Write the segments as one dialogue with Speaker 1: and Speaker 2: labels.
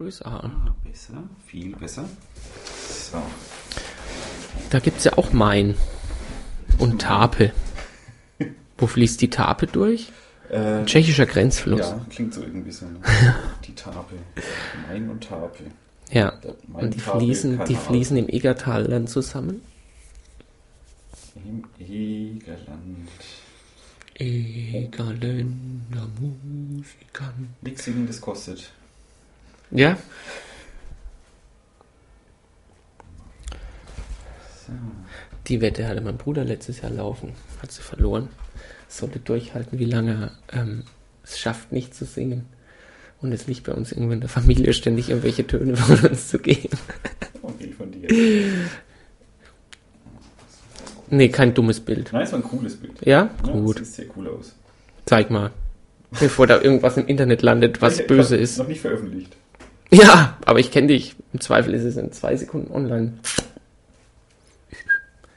Speaker 1: USA an.
Speaker 2: Ah, besser, viel besser. So.
Speaker 1: Da gibt es ja auch Main und Tape. Wo fließt die Tape durch?
Speaker 2: Äh,
Speaker 1: Tschechischer Grenzfluss.
Speaker 2: ja, klingt so irgendwie so. Ne? die Tape. Main und Tape.
Speaker 1: Ja.
Speaker 2: Der Main
Speaker 1: Und die
Speaker 2: Tape,
Speaker 1: fließen,
Speaker 2: keine
Speaker 1: die
Speaker 2: Ahnung.
Speaker 1: fließen im Egertal dann zusammen.
Speaker 2: Im Egerland.
Speaker 1: Egerländer Musikant.
Speaker 2: Nix singen, das kostet.
Speaker 1: Ja,
Speaker 2: So.
Speaker 1: die Wette hatte mein Bruder letztes Jahr laufen. Hat sie verloren. Sollte durchhalten, wie lange ähm, es schafft, nicht zu singen. Und es liegt bei uns irgendwo in der Familie ständig irgendwelche Töne von uns zu geben.
Speaker 2: Okay, von dir.
Speaker 1: Nee, kein dummes Bild.
Speaker 2: Nein, es war ein cooles Bild.
Speaker 1: Ja?
Speaker 2: Ja,
Speaker 1: Gut.
Speaker 2: Das sieht sehr cool aus.
Speaker 1: Zeig mal. Bevor da irgendwas im Internet landet, was
Speaker 2: Ich- ich
Speaker 1: böse
Speaker 2: hab
Speaker 1: ist.
Speaker 2: Noch nicht veröffentlicht.
Speaker 1: Ja, aber ich kenne dich. Im Zweifel ist es in zwei Sekunden online.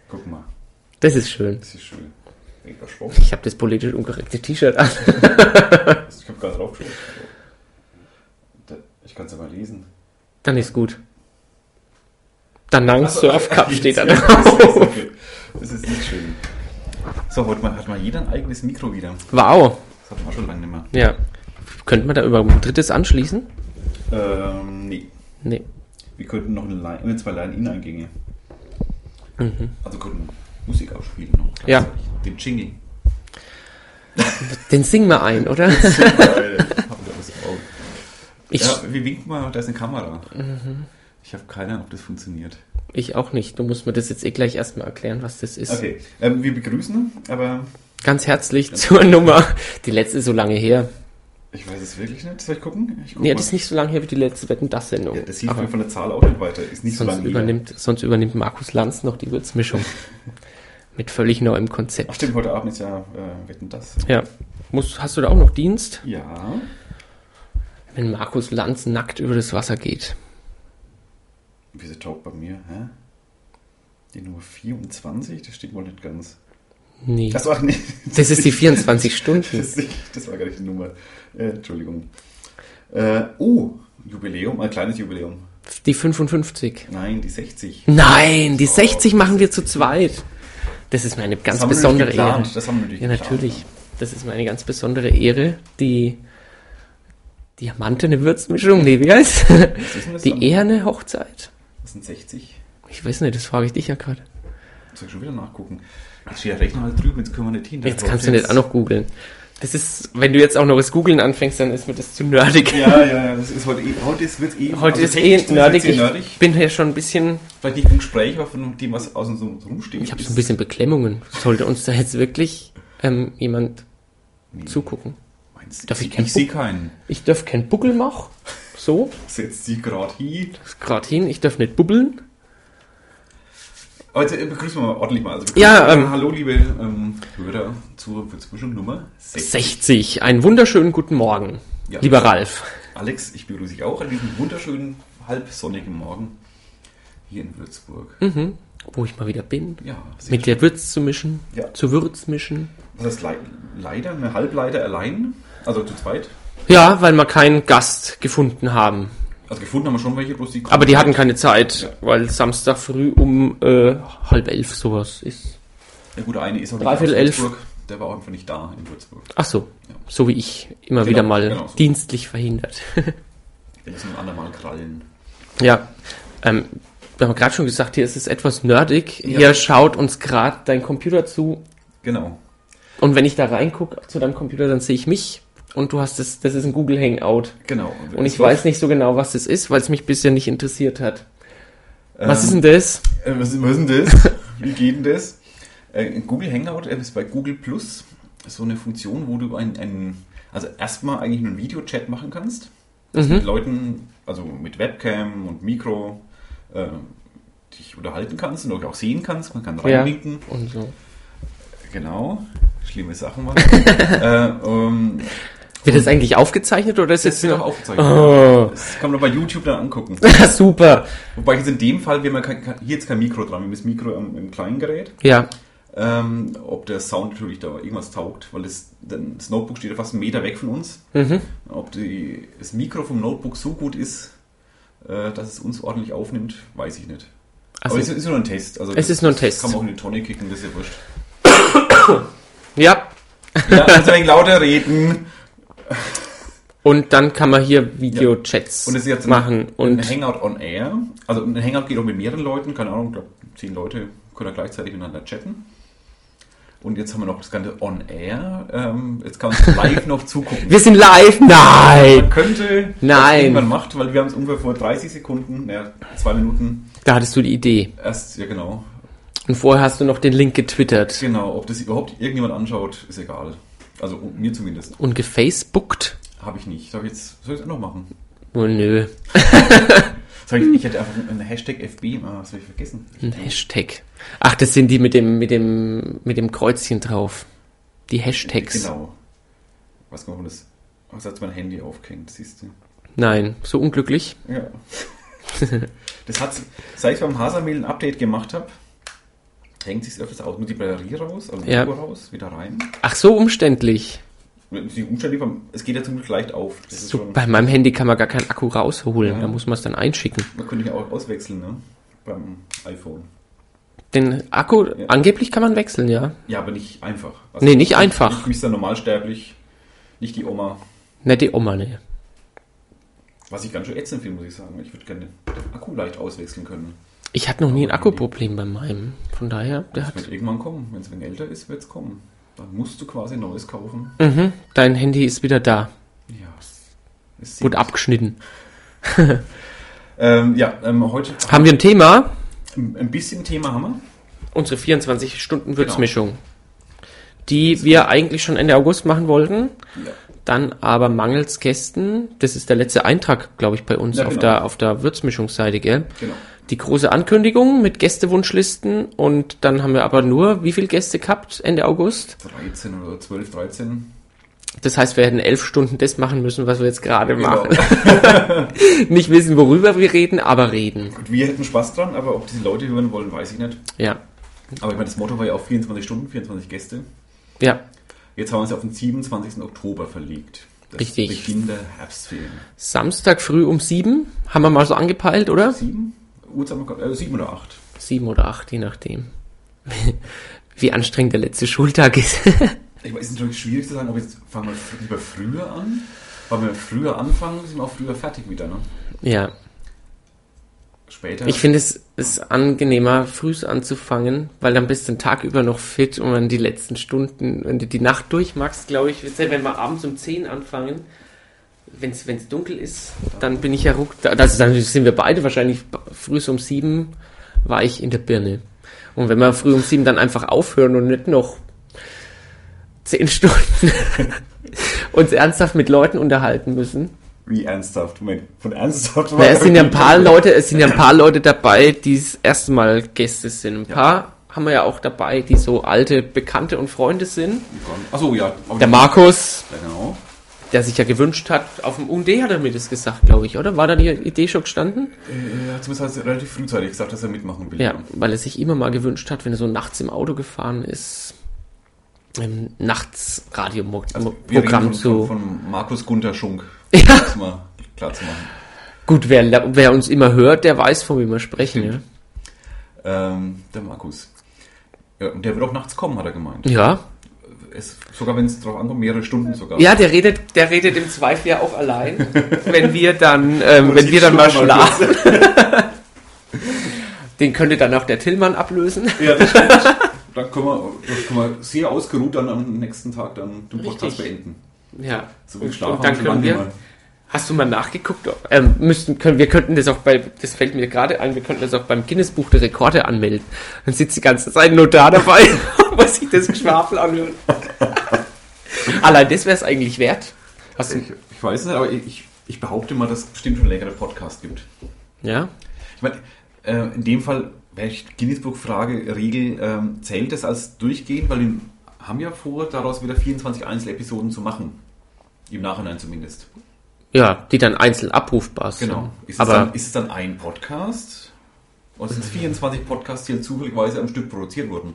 Speaker 2: Guck mal,
Speaker 1: Das ist schön.
Speaker 2: das ist schön. Ich war schwach.
Speaker 1: Ich habe das politisch unkorrekte T-Shirt an.
Speaker 2: Ich hab gerade drauf geschaut. Da- Ich kann es aber lesen.
Speaker 1: Dann ist gut. Danang
Speaker 2: Ach so,
Speaker 1: Surf Cup
Speaker 2: jetzt,
Speaker 1: steht da
Speaker 2: ja,
Speaker 1: drauf.
Speaker 2: okay. Das ist nicht schön. So, heute mal, hat mal jeder ein eigenes Mikro wieder.
Speaker 1: Wow.
Speaker 2: Das hatten wir schon lange nicht mehr.
Speaker 1: Ja. Könnten wir da über ein drittes anschließen?
Speaker 2: Ähm, nee.
Speaker 1: Nee.
Speaker 2: Wir könnten noch eine Line, eine zwei Line-In-Eingänge. Also könnten Musik ausspielen noch.
Speaker 1: Mhm.
Speaker 2: Also
Speaker 1: Ja.
Speaker 2: Den Jingle.
Speaker 1: Den singen wir ein, oder?
Speaker 2: Geil. Hab ich alles im Auge.
Speaker 1: Ich, Mhm.
Speaker 2: ja, wir winken mal, da ist eine Kamera. Ich habe keine Ahnung, ob das funktioniert.
Speaker 1: ich auch nicht. Du musst mir das jetzt eh gleich erstmal erklären, was das ist.
Speaker 2: Okay, ähm, wir begrüßen, aber
Speaker 1: Ganz herzlich zur Nummer. Die letzte ist so lange her.
Speaker 2: ich weiß es wirklich nicht. Soll ich gucken? Ich guck
Speaker 1: Ja,
Speaker 2: mal.
Speaker 1: das ist nicht so lange her wie die letzte Wetten das Sendung.
Speaker 2: Ja, das hilft
Speaker 1: Aber
Speaker 2: mir von der Zahl auch nicht weiter. Ist nicht so
Speaker 1: sonst
Speaker 2: lange. her.
Speaker 1: übernimmt sonst übernimmt Markus Lanz noch die Würzmischung mit völlig neuem
Speaker 2: Ach
Speaker 1: Konzept.
Speaker 2: stimmt, heute Abend ist ja äh, Wetten das.
Speaker 1: Ja. Muss, hast du da auch noch Dienst?
Speaker 2: Ja.
Speaker 1: Wenn Markus Lanz nackt über das Wasser geht.
Speaker 2: Wieso taugt bei mir? Hä? Die Nummer 24? Das steht wohl nicht ganz.
Speaker 1: Nee.
Speaker 2: Das war nicht.
Speaker 1: Das ist die 24 Stunden.
Speaker 2: Das, das war gar nicht die Nummer. Äh, Entschuldigung. Äh, oh, Jubiläum, ein kleines Jubiläum.
Speaker 1: Die 55.
Speaker 2: Nein, die 60.
Speaker 1: Nein, die 60 machen wir zu zweit. Das ist meine ganz
Speaker 2: haben wir
Speaker 1: besondere
Speaker 2: natürlich geplant,
Speaker 1: Ehre.
Speaker 2: das haben wir natürlich
Speaker 1: ja,
Speaker 2: geplant.
Speaker 1: natürlich. Das ist meine ganz besondere Ehre. Die Diamantene Würzmischung, nee, wie heißt
Speaker 2: Was ist denn das dann?
Speaker 1: Die eherne Hochzeit.
Speaker 2: Das sind 60.
Speaker 1: Ich weiß nicht, das frage ich dich ja gerade.
Speaker 2: Soll ich schon wieder nachgucken? Jetzt steht der Rechner halt drüben, jetzt können wir nicht hin. Der
Speaker 1: Jetzt
Speaker 2: braucht
Speaker 1: kannst du nicht auch noch googeln. Das ist, wenn du jetzt auch noch das Googeln anfängst, dann ist mir das zu nerdig.
Speaker 2: Ja, ja, ja, das ist heute eh, heute ist, wird's eh,
Speaker 1: Heute
Speaker 2: also
Speaker 1: ist eh
Speaker 2: technisch wird's
Speaker 1: nerdig.
Speaker 2: eh
Speaker 1: Ich
Speaker 2: nerdig.
Speaker 1: bin hier schon ein bisschen
Speaker 2: Vielleicht nicht vom Gespräch, aber von dem, was außen so rumsteht.
Speaker 1: Ich habe so ein bisschen Beklemmungen. Sollte uns da jetzt wirklich ähm, jemand
Speaker 2: Nee.
Speaker 1: zugucken?
Speaker 2: Meinst,
Speaker 1: Darf
Speaker 2: ich
Speaker 1: ich keinen
Speaker 2: ich sehe keinen.
Speaker 1: Ich darf kein Buckel machen. So,
Speaker 2: Setzt sie gerade hin.
Speaker 1: gerade hin. Ich darf nicht bubbeln.
Speaker 2: Heute äh, begrüßen wir mal ordentlich mal. Also wir
Speaker 1: Ja,
Speaker 2: begrüßen-
Speaker 1: ähm,
Speaker 2: hallo liebe ähm, Hörer zur Würzmischung Nummer 6.
Speaker 1: 60. Einen wunderschönen guten Morgen,
Speaker 2: Ja.
Speaker 1: lieber Ralf.
Speaker 2: Alex, ich begrüße dich auch an diesem wunderschönen, halbsonnigen Morgen hier in Würzburg.
Speaker 1: Mhm. Wo ich mal wieder bin.
Speaker 2: Ja, sehr
Speaker 1: Mit der Würz zu mischen.
Speaker 2: Ja.
Speaker 1: Zu Würz mischen.
Speaker 2: Was heißt Lei- leider? Eine Halbleiter allein? Also zu zweit?
Speaker 1: Ja, weil wir keinen Gast gefunden haben.
Speaker 2: Also gefunden haben wir schon welche, bloß die
Speaker 1: Aber die hatten keine Zeit,
Speaker 2: Ja.
Speaker 1: weil Samstag früh um äh, halb elf sowas ist.
Speaker 2: Ja gut, der eine ist auch nicht
Speaker 1: Dreiviertel
Speaker 2: aus
Speaker 1: elf.
Speaker 2: Würzburg. Der war auch einfach nicht da in Würzburg.
Speaker 1: Ach so,
Speaker 2: Ja.
Speaker 1: so wie ich immer
Speaker 2: Genau,
Speaker 1: wieder mal
Speaker 2: genau so.
Speaker 1: dienstlich verhindert.
Speaker 2: Wir müssen ein andermal krallen.
Speaker 1: Ja, ähm, wir haben gerade schon gesagt, hier ist es etwas nerdig.
Speaker 2: Ja.
Speaker 1: Hier schaut uns gerade dein Computer zu.
Speaker 2: Genau.
Speaker 1: Und wenn ich da reingucke zu deinem Computer, dann sehe ich mich. Und du hast das, das ist ein Google Hangout.
Speaker 2: Genau.
Speaker 1: Und ich
Speaker 2: Das war-
Speaker 1: weiß nicht so genau, was das ist, weil es mich bisher nicht interessiert hat. Was
Speaker 2: Ähm,
Speaker 1: ist denn das?
Speaker 2: Äh, was, was ist denn das? Wie geht denn das? Äh, Google Hangout äh, ist bei Google Plus so eine Funktion, wo du ein, ein also erstmal eigentlich nur einen Videochat machen kannst. dass
Speaker 1: Mhm.
Speaker 2: du Mit Leuten, also mit Webcam und Mikro, äh, dich unterhalten kannst und auch sehen kannst. Man kann reinwinken.
Speaker 1: Und so.
Speaker 2: Genau. Schlimme Sachen machen. äh, ähm,
Speaker 1: Wird das eigentlich aufgezeichnet oder ist
Speaker 2: das
Speaker 1: jetzt
Speaker 2: wird auch
Speaker 1: noch?
Speaker 2: aufgezeichnet.
Speaker 1: Oh,
Speaker 2: Das kann man bei YouTube dann angucken.
Speaker 1: Ah, super.
Speaker 2: Wobei jetzt in dem Fall, wir haben ja kein, kein- hier jetzt kein Mikro dran, wir haben das Mikro im, im kleinen Gerät.
Speaker 1: Ja,
Speaker 2: ähm, ob der Sound natürlich da irgendwas taugt, weil das, denn
Speaker 1: Mhm.
Speaker 2: das Notebook steht ja fast einen Meter weg von uns. Ob die, das Mikro vom Notebook so gut ist, Äh, dass es uns ordentlich aufnimmt, weiß ich nicht.
Speaker 1: Also,
Speaker 2: Aber es ist nur ein Test. Also
Speaker 1: Es ist nur ein Test.
Speaker 2: Kann man auch in die Tonne kicken, das ist ja wurscht.
Speaker 1: ja.
Speaker 2: Ja, also wegen lauter reden.
Speaker 1: Und dann kann man hier Videochats
Speaker 2: Und es ist jetzt ein-
Speaker 1: machen.
Speaker 2: ein
Speaker 1: Und
Speaker 2: Hangout on Air. Also ein Hangout geht auch mit mehreren Leuten, keine Ahnung, ich glaube zehn Leute können da gleichzeitig miteinander chatten. Und jetzt haben wir noch das Ganze on Air. Ähm, jetzt kann man live noch zugucken.
Speaker 1: wir sind live. Nein!
Speaker 2: Man könnte
Speaker 1: Nein.
Speaker 2: man macht, weil wir haben es ungefähr vor 30 Sekunden, naja, zwei Minuten
Speaker 1: Da hattest du die Idee.
Speaker 2: erst, ja genau,
Speaker 1: Und vorher hast du noch den Link getwittert
Speaker 2: genau, ob das überhaupt irgendjemand anschaut, ist egal. Also mir zumindest.
Speaker 1: und gefacebookt.
Speaker 2: Habe ich nicht. Soll ich jetzt, soll ich jetzt auch noch machen?
Speaker 1: Oh nö,
Speaker 2: Soll ich, ich hätte einfach einen Hashtag FB, ah, was habe ich vergessen?
Speaker 1: ein Hashtag. Ach, das sind die mit dem mit dem mit dem Kreuzchen drauf. Die Hashtags.
Speaker 2: Genau. Was kann man das? Was hat mein Handy aufgehängt, siehst du?
Speaker 1: Nein, so unglücklich.
Speaker 2: Ja. das hat, seit ich beim Hasermehl ein Update gemacht habe, hängt sich öfters aus. Nur die Batterie raus, also die
Speaker 1: Ja.
Speaker 2: Uhr raus, wieder rein.
Speaker 1: Ach, so umständlich.
Speaker 2: Die Umstände, vom- es geht ja zum Glück leicht auf. Das ist
Speaker 1: So,
Speaker 2: schon,
Speaker 1: bei meinem Handy kann man gar keinen Akku rausholen.
Speaker 2: Ja.
Speaker 1: Da muss man es dann einschicken.
Speaker 2: man könnte ja auch auswechseln, ne? Beim iPhone.
Speaker 1: Den Akku, angeblich kann man wechseln, ja.
Speaker 2: Ja, aber nicht einfach. Also
Speaker 1: Nee, nicht einfach.
Speaker 2: Nicht Mr. Normalsterblich, nicht die Oma.
Speaker 1: Nicht die Oma, ne.
Speaker 2: Was ich ganz schön ätzend finde, muss ich sagen. Ich würde gerne den Akku leicht auswechseln können.
Speaker 1: Ich hatte noch nie ein Akkuproblem bei meinem. Von daher, der
Speaker 2: Das
Speaker 1: hat.
Speaker 2: wird irgendwann kommen. Wenn es wenn älter ist, wird es kommen. Dann musst du quasi ein neues kaufen.
Speaker 1: Mhm, dein Handy ist wieder da.
Speaker 2: Ja. Es
Speaker 1: Wurde
Speaker 2: sieht-
Speaker 1: abgeschnitten.
Speaker 2: Ähm, ja, ähm, heute
Speaker 1: Haben wir ein Thema?
Speaker 2: ein ein bisschen Thema haben wir.
Speaker 1: Unsere 24-Stunden-Würzmischung.
Speaker 2: Genau.
Speaker 1: Die wir eigentlich schon Ende August machen wollten.
Speaker 2: Ja.
Speaker 1: Dann aber mangels Gästen. Das ist der letzte Eintrag, glaube ich, bei uns
Speaker 2: Ja,
Speaker 1: auf,
Speaker 2: genau.
Speaker 1: der, auf der Würzmischungsseite, gell?
Speaker 2: Genau.
Speaker 1: Die große Ankündigung mit Gästewunschlisten. Und dann haben wir aber nur, wie viele Gäste gehabt Ende August?
Speaker 2: 13 oder 12, 13.
Speaker 1: Das heißt, wir hätten elf Stunden das machen müssen, was wir jetzt gerade
Speaker 2: Genau.
Speaker 1: machen. Nicht wissen, worüber wir reden, aber reden.
Speaker 2: Gut, wir hätten Spaß dran, aber ob diese Leute hören wollen, weiß ich nicht.
Speaker 1: Ja.
Speaker 2: Aber ich meine, das Motto war ja auch 24 Stunden, 24 Gäste.
Speaker 1: Ja.
Speaker 2: Jetzt haben wir es auf den 27. Oktober verlegt. Das
Speaker 1: Richtig.
Speaker 2: Beginn der Herbstferien.
Speaker 1: Samstag früh um sieben haben wir mal so angepeilt, oder?
Speaker 2: Sieben? Uhrzeit haben wir gehabt? äh, sieben oder acht.
Speaker 1: Sieben oder acht, je nachdem. Wie anstrengend der letzte Schultag ist.
Speaker 2: Ich weiß, es ist natürlich schwierig zu sagen, ob jetzt fangen wir fr- lieber früher an. Weil wenn wir früher anfangen, sind wir auch früher fertig wieder, ne?
Speaker 1: ja.
Speaker 2: Später.
Speaker 1: Ich finde es ist angenehmer, früh anzufangen, weil dann bist du den Tag über noch fit und wenn die letzten Stunden, wenn du die Nacht durchmachst, glaube ich, speziell wenn wir abends um 10 anfangen, wenn es dunkel ist, dann bin ich ja ruck. da- Also dann sind wir beide wahrscheinlich b- früh um 7 war ich in der Birne. Und wenn wir früh um 7 dann einfach aufhören und nicht noch 10 Stunden uns ernsthaft mit Leuten unterhalten müssen,
Speaker 2: Wie ernsthaft? Moment, von ernsthaft
Speaker 1: na, es sind ja ein paar Leute, es sind ja ein paar Leute dabei, die das erste Mal Gäste sind. Ein paar haben wir ja auch dabei, die so alte Bekannte und Freunde sind.
Speaker 2: Achso, ja. aber-
Speaker 1: Der Markus,
Speaker 2: Genau.
Speaker 1: der sich ja gewünscht hat, auf dem UND hat er mir das gesagt, glaube ich, oder? War da die Idee schon gestanden?
Speaker 2: Äh, Er hat zumindest hat er relativ frühzeitig gesagt, dass er mitmachen will.
Speaker 1: Ja, weil er sich immer mal gewünscht hat, wenn er so nachts im Auto gefahren ist, im nachts
Speaker 2: Also, wir reden
Speaker 1: Radioprogramm
Speaker 2: von,
Speaker 1: zu.
Speaker 2: von, von Markus Gunther Schunk.
Speaker 1: Ja.
Speaker 2: Das mal klar zu machen.
Speaker 1: Gut, wer, wer uns immer hört, der weiß, von wem wir sprechen. Ja.
Speaker 2: Ähm, der Markus. Ja, und der wird auch nachts kommen, hat er gemeint.
Speaker 1: ja,
Speaker 2: Es, sogar wenn es drauf ankommt, mehrere Stunden sogar.
Speaker 1: Ja, der redet, der redet im Zweifel ja auch allein, wenn wir dann, ähm, wenn
Speaker 2: die
Speaker 1: wir dann mal
Speaker 2: Stunde mal
Speaker 1: schlafen. Den könnte dann auch der Tillmann ablösen.
Speaker 2: Ja, das stimmt. Dann können wir, das können wir sehr ausgeruht dann am nächsten Tag dann den Podcast
Speaker 1: Richtig.
Speaker 2: beenden.
Speaker 1: Ja.
Speaker 2: So wie
Speaker 1: und,
Speaker 2: geschlafen
Speaker 1: und dann
Speaker 2: haben, schon
Speaker 1: können wir.
Speaker 2: lange
Speaker 1: Hast du mal nachgeguckt? ob- Ähm, müssten, können, wir könnten das auch bei, das fällt mir gerade ein, wir könnten das auch beim Guinness Buch der Rekorde anmelden. Dann sitzt die ganze Zeit nur da dabei und muss sich das Geschwafel anhören. allein das wäre es eigentlich wert. Hast
Speaker 2: mal.
Speaker 1: du,
Speaker 2: Ich, ich weiß es nicht, aber ich, ich behaupte mal, dass es bestimmt schon längere Podcast gibt.
Speaker 1: ja?
Speaker 2: Ich meine, äh, in dem Fall, wenn ich Guinness-Buch-Frage-Regel ähm, zählt das als durchgehend, weil wir haben ja vor, daraus wieder 24 Einzelepisoden zu machen. Im Nachhinein zumindest.
Speaker 1: Ja, die dann einzeln abrufbar sind.
Speaker 2: Genau. Ist,
Speaker 1: Genau. Aber
Speaker 2: es dann, ist es dann ein Podcast? Oder sind es 24 Podcasts, die zufälligerweise am Stück produziert wurden?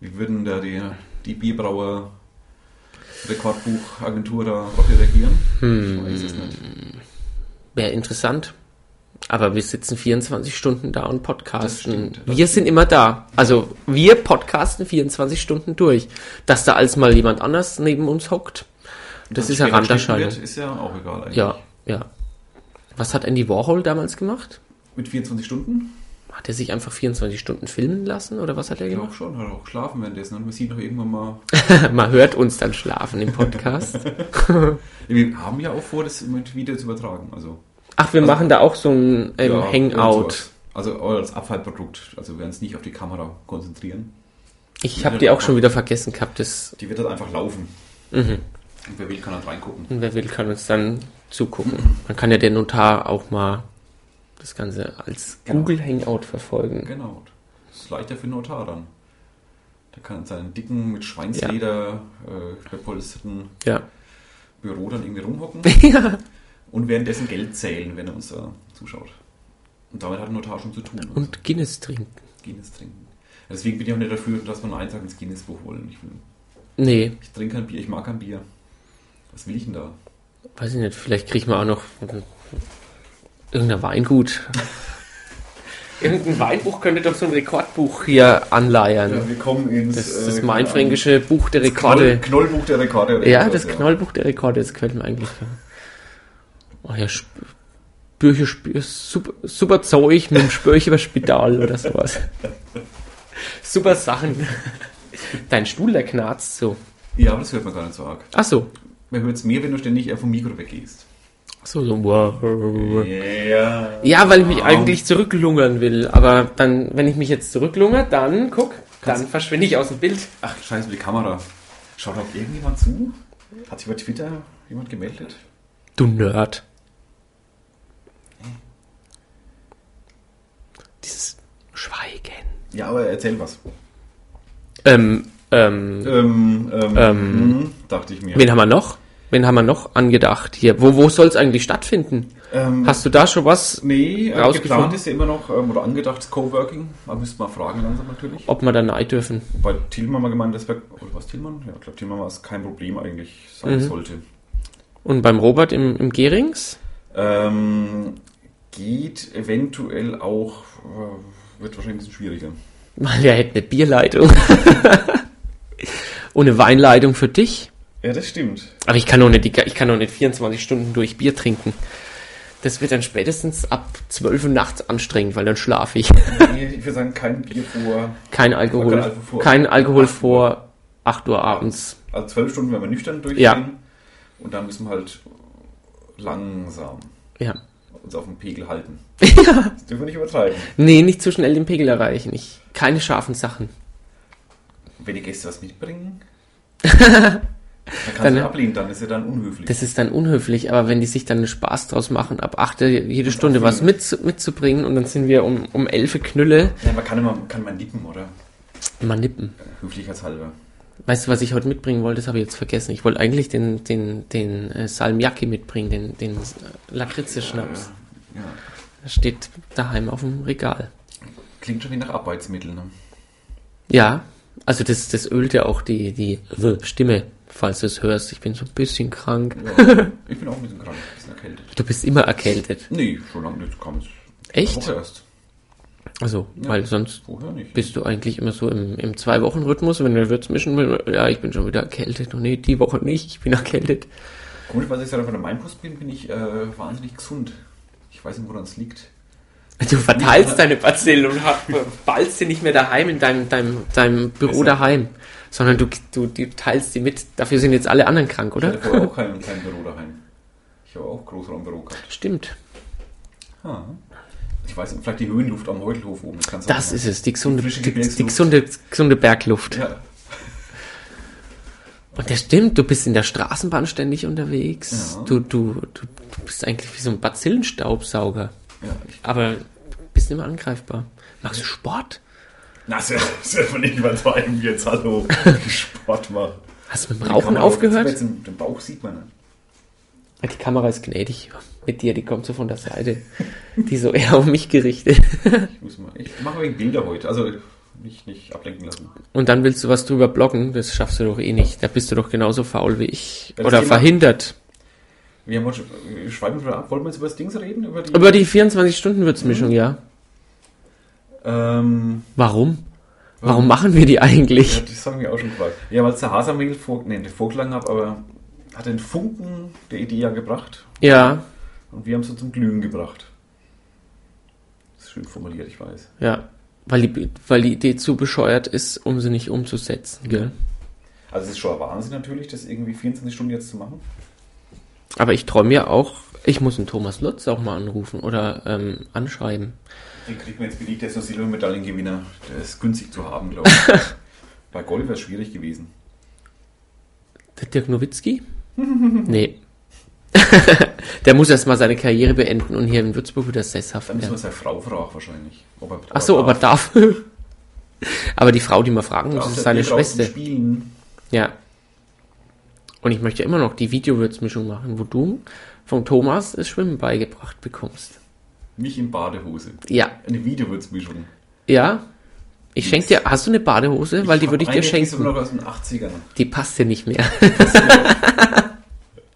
Speaker 2: Wie würden da die, die Bierbrauer
Speaker 1: Hm.
Speaker 2: Rekordbuchagentur da darauf reagieren? Ich weiß es nicht.
Speaker 1: Wäre interessant. Aber wir sitzen 24 Stunden da und podcasten.
Speaker 2: Das stimmt, das
Speaker 1: wir sind immer da. Also wir podcasten 24 Stunden durch. Dass da als mal jemand anders neben uns hockt, das
Speaker 2: Dass
Speaker 1: ist ja
Speaker 2: später geschnitten
Speaker 1: Randerscheinung.
Speaker 2: wird, Ist ja auch egal eigentlich.
Speaker 1: Ja, ja. Was hat Andy Warhol damals gemacht?
Speaker 2: Mit 24 Stunden?
Speaker 1: Hat er sich einfach 24 Stunden filmen lassen oder was hat er
Speaker 2: Ich
Speaker 1: gemacht?
Speaker 2: glaube schon, hat auch geschlafen währenddessen. Und man sieht doch irgendwann mal.
Speaker 1: Man hört uns dann schlafen im Podcast.
Speaker 2: Wir haben ja auch vor, das mit Video zu übertragen. Also,
Speaker 1: Ach, wir machen da auch so ein ähm,
Speaker 2: ja, und
Speaker 1: Hangout.
Speaker 2: sowas. Also als Abfallprodukt. Also wir werden es nicht auf die Kamera konzentrieren.
Speaker 1: Ich habe die auch schon wieder vergessen gehabt. Das,
Speaker 2: Die wird dann einfach laufen.
Speaker 1: Mhm.
Speaker 2: Und wer will, kann dann reingucken.
Speaker 1: und wer will, kann uns dann zugucken. Man kann ja den Notar auch mal das Ganze als
Speaker 2: Genau.
Speaker 1: Google Hangout verfolgen.
Speaker 2: Genau. Das ist leichter für den Notar dann. Der kann in seinem dicken, mit Schweinsleder äh, bepolsterten
Speaker 1: Ja.
Speaker 2: Büro dann irgendwie rumhocken
Speaker 1: ja.
Speaker 2: und währenddessen Geld zählen, wenn er uns da zuschaut. Und damit hat ein Notar schon zu tun. Also
Speaker 1: Und Guinness trinken.
Speaker 2: Guinness trinken. Deswegen bin ich auch nicht dafür, dass man einen Eintrag ins Guinness-Buch wollen. Ich, will,
Speaker 1: Nee,
Speaker 2: ich trinke kein Bier, ich mag kein Bier. Was will ich denn da?
Speaker 1: weiß ich nicht. Vielleicht kriegen wir auch noch irgendein Weingut. Irgendein Weinbuch könnte doch so ein Rekordbuch hier anleiern.
Speaker 2: wir kommen ins äh,
Speaker 1: Das, das mainfränkische Buch der Rekorde.
Speaker 2: Knoll, Knollbuch der Rekorde. oder
Speaker 1: ja,
Speaker 2: irgendwas,
Speaker 1: das Knollbuch der Rekorde, das gefällt mir eigentlich. Ach ja, Sp- Bücher, Sp- super, super Zeug mit dem Spürch über Spital oder sowas. Super Sachen. Dein Stuhl, der knarzt so.
Speaker 2: Ja, aber das hört man gar nicht so arg.
Speaker 1: Ach so.
Speaker 2: Man hört es mehr, wenn du ständig eher vom Mikro weggehst.
Speaker 1: Ach so, so. wow.
Speaker 2: Ja.
Speaker 1: Ja, weil ich mich eigentlich zurücklungern will. Aber dann, wenn ich mich jetzt zurücklungere, dann, guck, dann verschwinde ich aus dem Bild.
Speaker 2: Ach, scheiße, die Kamera. Schaut auch irgendjemand zu? Hat sich über Twitter jemand gemeldet?
Speaker 1: Du Nerd. Dieses Schweigen.
Speaker 2: Ja, aber erzähl was.
Speaker 1: Ähm, ähm,
Speaker 2: Ähm, ähm, hm, dachte ich mir.
Speaker 1: wen haben wir noch? Wen haben wir noch angedacht hier? Wo, wo soll es eigentlich stattfinden?
Speaker 2: Ähm,
Speaker 1: Hast du da schon was?
Speaker 2: nee, äh,
Speaker 1: rausgefunden?
Speaker 2: geplant ist ja immer noch, ähm, oder angedacht, Coworking. Man müsste mal fragen langsam natürlich.
Speaker 1: Ob wir da rein dürfen?
Speaker 2: Bei Tillmann mal gemeint, das wäre, oder was Tillmann? Ja, ich glaube, Tillmann war es kein Problem eigentlich sein
Speaker 1: Mhm.
Speaker 2: sollte.
Speaker 1: Und beim Robert im, im Gerings?
Speaker 2: Ähm, geht eventuell auch, äh, wird wahrscheinlich ein bisschen schwieriger.
Speaker 1: Weil der hätte eine Bierleitung. Und eine Weinleitung für dich.
Speaker 2: Ja, das stimmt.
Speaker 1: Aber ich kann doch nicht, die ga- ich kann doch nicht 24 Stunden durch Bier trinken. Das wird dann spätestens ab 12 Uhr nachts anstrengend, weil dann schlafe ich.
Speaker 2: Nee, ich würde sagen, kein Bier vor.
Speaker 1: Kein
Speaker 2: Kein
Speaker 1: Alkohol,
Speaker 2: Alkohol vor-
Speaker 1: kein Alkohol
Speaker 2: acht
Speaker 1: vor 8 Uhr abends.
Speaker 2: Also zwölf Stunden werden wir nüchtern durchgehen.
Speaker 1: Ja.
Speaker 2: Und dann müssen wir halt langsam
Speaker 1: Ja.
Speaker 2: uns auf den Pegel halten. Das dürfen wir nicht übertreiben.
Speaker 1: Nee, nicht zu schnell den Pegel erreichen. Ich, keine scharfen Sachen.
Speaker 2: Wenn die Gäste was mitbringen, dann kannst
Speaker 1: Dann-
Speaker 2: du ablehnen, dann ist ja dann unhöflich.
Speaker 1: Das ist dann unhöflich, aber wenn die sich dann einen Spaß draus machen, ab 8 jede Stunde was mit, mitzubringen und dann sind wir um, um 11 Knülle,
Speaker 2: ja, man kann immer kann man nippen, oder?
Speaker 1: mal nippen.
Speaker 2: Höflichkeitshalber.
Speaker 1: Weißt du, was ich heute mitbringen wollte, das habe ich jetzt vergessen. Ich wollte eigentlich den, den, den äh, Salmiakki mitbringen, den, den äh, Lakritze-Schnaps.
Speaker 2: Ja. Ja.
Speaker 1: Das steht daheim auf dem Regal.
Speaker 2: Klingt schon wie nach Arbeitsmitteln. Ne?
Speaker 1: Ja, also das, das ölt ja auch die, die äh, Stimme, falls du es hörst. Ich bin so ein bisschen krank.
Speaker 2: Ja. Ich bin auch ein bisschen krank, ein bisschen erkältet.
Speaker 1: Du bist immer erkältet.
Speaker 2: Nee, schon lange nicht. Kam es.
Speaker 1: Echt?
Speaker 2: Woche erst.
Speaker 1: Also, weil sonst
Speaker 2: Vorher nicht.
Speaker 1: bist du eigentlich immer so im, im Zwei-Wochen-Rhythmus, wenn wir Würz mischen, ja, ich bin schon wieder erkältet. Und nee, die Woche nicht, ich bin erkältet.
Speaker 2: Komisch, weil ich seit von der Mainpost bin, bin ich äh, wahnsinnig gesund. Ich weiß nicht, woran es liegt.
Speaker 1: Du verteilst deine Bazillen und hab- ballst sie nicht mehr daheim in deinem, deinem, deinem Büro
Speaker 2: Besser.
Speaker 1: daheim, sondern du, du, du teilst die mit. Dafür sind jetzt alle anderen krank,
Speaker 2: Ich
Speaker 1: oder?
Speaker 2: hatte vorher auch kein, kein Büro daheim. Ich habe auch Großraumbüro gehabt.
Speaker 1: Stimmt.
Speaker 2: Ah. Ich weiß nicht, vielleicht die Höhenluft am Heutelhof oben. Das, kann's
Speaker 1: Das
Speaker 2: auch
Speaker 1: ist es, die gesunde,
Speaker 2: Die frische
Speaker 1: die, die
Speaker 2: Gebirgsluft.
Speaker 1: gesunde, gesunde Bergluft.
Speaker 2: sein. Ja.
Speaker 1: Und das stimmt, du bist in der Straßenbahn ständig unterwegs.
Speaker 2: Ja.
Speaker 1: Du, du, du bist eigentlich wie so ein Bazillenstaubsauger.
Speaker 2: ja. Ich,
Speaker 1: Aber bist immer angreifbar. Machst du Sport?
Speaker 2: na, das dürfen wir nicht übertreiben um jetzt. Hallo. Sport machen.
Speaker 1: Hast du mit
Speaker 2: Die
Speaker 1: dem Rauchen
Speaker 2: Kamera-
Speaker 1: aufgehört?
Speaker 2: Jetzt im- Den Bauch sieht man. ne?
Speaker 1: Ah, Die Kamera ist gnädig mit dir, die kommt so von der Seite. Die so eher auf mich gerichtet.
Speaker 2: Ich, muss mal, ich mache wegen Bilder heute. Also nicht, nicht ablenken lassen.
Speaker 1: Und dann willst du was drüber bloggen, das schaffst du doch eh nicht. Da bist du doch genauso faul wie ich.
Speaker 2: Ja, das
Speaker 1: Oder
Speaker 2: Thema-
Speaker 1: verhindert.
Speaker 2: Wir haben schon, wir schweifen schon ab. Wollen wir jetzt über das Dings reden? Über die,
Speaker 1: Über die 24-Stunden-Würzmischung, ja.
Speaker 2: ähm,
Speaker 1: Warum? Warum machen wir die eigentlich?
Speaker 2: ja, das haben wir auch schon gefragt. Ja, weil es der Hasermehl vor, nee, nicht vorgeschlagen hat, aber hat den Funken der Idee ja gebracht.
Speaker 1: Ja,
Speaker 2: Und wir haben sie zum Glühen gebracht. Das ist schön formuliert, ich weiß.
Speaker 1: ja. Weil die, weil die Idee zu bescheuert ist, um sie nicht umzusetzen, gell?
Speaker 2: Also es ist schon ein Wahnsinn natürlich, das irgendwie 24 Stunden jetzt zu machen.
Speaker 1: Aber ich träume ja auch, ich muss einen Thomas Lutz auch mal anrufen oder ähm, anschreiben.
Speaker 2: Den kriegt man jetzt belegt, der ist nur Silbermedaillengewinner. Der ist günstig zu haben, glaube ich. Bei Gold wäre es schwierig gewesen.
Speaker 1: Der Dirk Nowitzki? nee. der muss erst mal seine Karriere beenden und hier in Würzburg wieder sesshaft
Speaker 2: Da müssen wir
Speaker 1: werden.
Speaker 2: seine Frau fragen wahrscheinlich. Ob er,
Speaker 1: Ach so, aber
Speaker 2: darf.
Speaker 1: darf. aber die Frau, die man fragen muss,
Speaker 2: Darf
Speaker 1: ist
Speaker 2: der
Speaker 1: seine
Speaker 2: Bier draußen
Speaker 1: Schwester.
Speaker 2: Spielen.
Speaker 1: Ja. Und ich möchte immer noch die Videowürzmischung machen, wo du vom Thomas das Schwimmen beigebracht bekommst.
Speaker 2: Mich in Badehose.
Speaker 1: Ja,
Speaker 2: Eine Videowitzmischung.
Speaker 1: ja. Ich schenke dir, hast du eine Badehose? Weil die würde ich dir
Speaker 2: Die ist
Speaker 1: schenken.
Speaker 2: aber noch aus den 80ern.
Speaker 1: Die passt dir nicht mehr.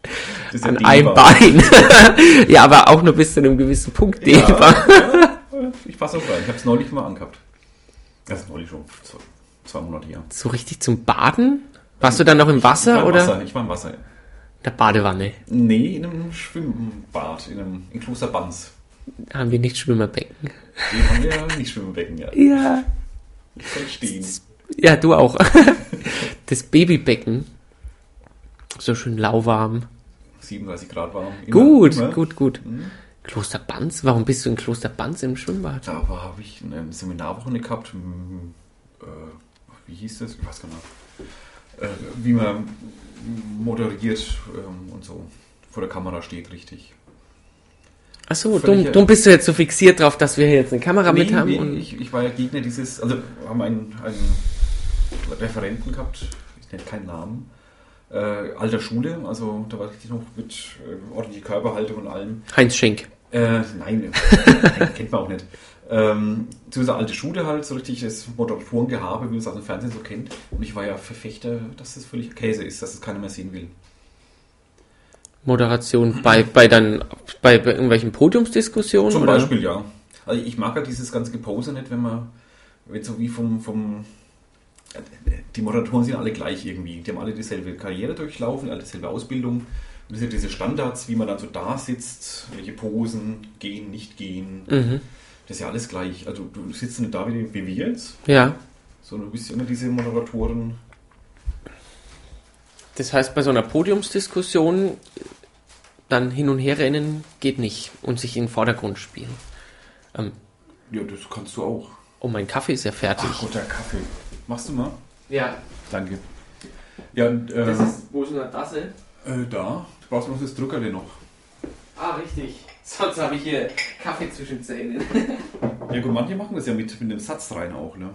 Speaker 2: Das ist ja
Speaker 1: An einem
Speaker 2: dehnbar.
Speaker 1: Bein. ja, aber auch nur bis zu einem gewissen Punkt
Speaker 2: Ja,
Speaker 1: dehnbar.
Speaker 2: ja, ich passe auf rein. Ich habe es neulich mal angehabt. Das ist neulich schon zwei, zwei Monate her.
Speaker 1: So richtig zum Baden? Warst du dann noch im Wasser
Speaker 2: ich war im
Speaker 1: oder
Speaker 2: Wasser. Ich war im Wasser.
Speaker 1: in der Badewanne?
Speaker 2: Nee, in einem Schwimmbad, in einem in Kloster Banz.
Speaker 1: Haben wir nicht Schwimmerbecken?
Speaker 2: Den haben wir ja nicht schwimmen ja.
Speaker 1: Ja.
Speaker 2: Verstehen.
Speaker 1: Ja, du auch. Das Babybecken. So schön lauwarm.
Speaker 2: 37 Grad warm. Immer,
Speaker 1: Gut,
Speaker 2: immer.
Speaker 1: gut, gut.
Speaker 2: Mhm.
Speaker 1: Kloster Banz? Warum bist du in Kloster Banz im Schwimmbad?
Speaker 2: Da habe ich eine Seminarwochenende gehabt. m, Äh, wie hieß das? Ich weiß gar nicht. Äh, wie man moderiert ähm, und so vor der Kamera steht, richtig.
Speaker 1: Achso,
Speaker 2: Völlig,
Speaker 1: dumm,
Speaker 2: äh,
Speaker 1: dumm bist du jetzt so fixiert drauf, dass wir hier jetzt eine Kamera mit
Speaker 2: Nee,
Speaker 1: haben.
Speaker 2: nee,
Speaker 1: und
Speaker 2: ich, ich war ja Gegner dieses, also wir haben einen, einen Referenten gehabt, ich nenne keinen Namen, äh, alter Schule, also da war richtig noch mit äh, ordentlicher Körperhaltung und allem.
Speaker 1: Heinz Schenk.
Speaker 2: Äh, nein, nein, kennt man auch nicht. Ähm, zu dieser alte Schule halt, so richtig das Moderatorengehabe, wie man es aus dem Fernsehen so kennt. Und ich war ja Verfechter, dass das völlig Käse ist, dass es keiner mehr sehen will.
Speaker 1: Moderation bei, bei dann, bei, bei irgendwelchen Podiumsdiskussionen?
Speaker 2: Zum
Speaker 1: oder?
Speaker 2: Beispiel, ja. Also ich mag ja dieses ganze Gepose nicht, wenn man, wenn so wie vom, vom, die Moderatoren sind alle gleich irgendwie. Die haben alle dieselbe Karriere durchlaufen, alle dieselbe Ausbildung. Und das sind diese Standards, wie man dann so da sitzt, welche Posen, gehen, nicht gehen.
Speaker 1: Mhm.
Speaker 2: Das ist ja alles gleich. Also du sitzt nicht da wie, wie wir jetzt,
Speaker 1: Ja.
Speaker 2: sondern du bist ja immer diese Moderatoren.
Speaker 1: Das heißt, bei so einer Podiumsdiskussion dann hin und her rennen geht nicht und sich in den Vordergrund spielen.
Speaker 2: Ja, das kannst du auch.
Speaker 1: Oh, mein Kaffee ist ja fertig.
Speaker 2: Ach Gott, der Kaffee. Machst du mal?
Speaker 1: ja,
Speaker 2: Danke. Ja, und, äh,
Speaker 1: wo ist denn der Tasse?
Speaker 2: äh, da. Du brauchst noch das Drückerle noch.
Speaker 1: Ah, richtig. Sonst habe ich hier Kaffee zwischen Zähnen.
Speaker 2: Ja gut, manche machen das ja mit, mit dem Satz rein auch, ne?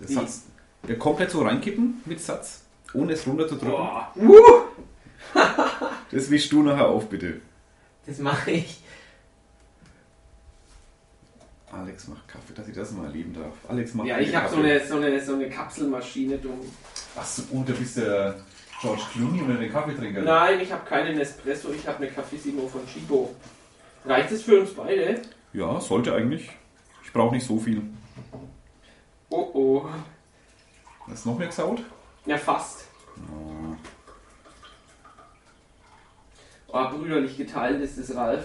Speaker 2: Der
Speaker 1: Wie?
Speaker 2: Satz. Der komplett so reinkippen mit Satz, ohne es runterzudrücken.
Speaker 1: Boah.
Speaker 2: Das wischst du nachher auf, bitte.
Speaker 1: Das mache ich.
Speaker 2: Alex macht Kaffee, dass ich das mal erleben darf. Alex macht
Speaker 1: Ja,
Speaker 2: bitte
Speaker 1: ich habe so
Speaker 2: Kaffee.
Speaker 1: eine, so, eine, so eine Kapselmaschine. Du.
Speaker 2: Ach so, und du bist der George Clooney oder der Kaffeetrinker?
Speaker 1: Nein, ich habe keine Nespresso, ich habe eine Cafissimo von Chibo. Reicht es für uns beide?
Speaker 2: Ja, sollte eigentlich. Ich brauche nicht so viel.
Speaker 1: Oh oh.
Speaker 2: Hast du noch mehr gesaut?
Speaker 1: Ja, fast.
Speaker 2: Oh.
Speaker 1: Oh, brüderlich geteilt ist es, Ralf.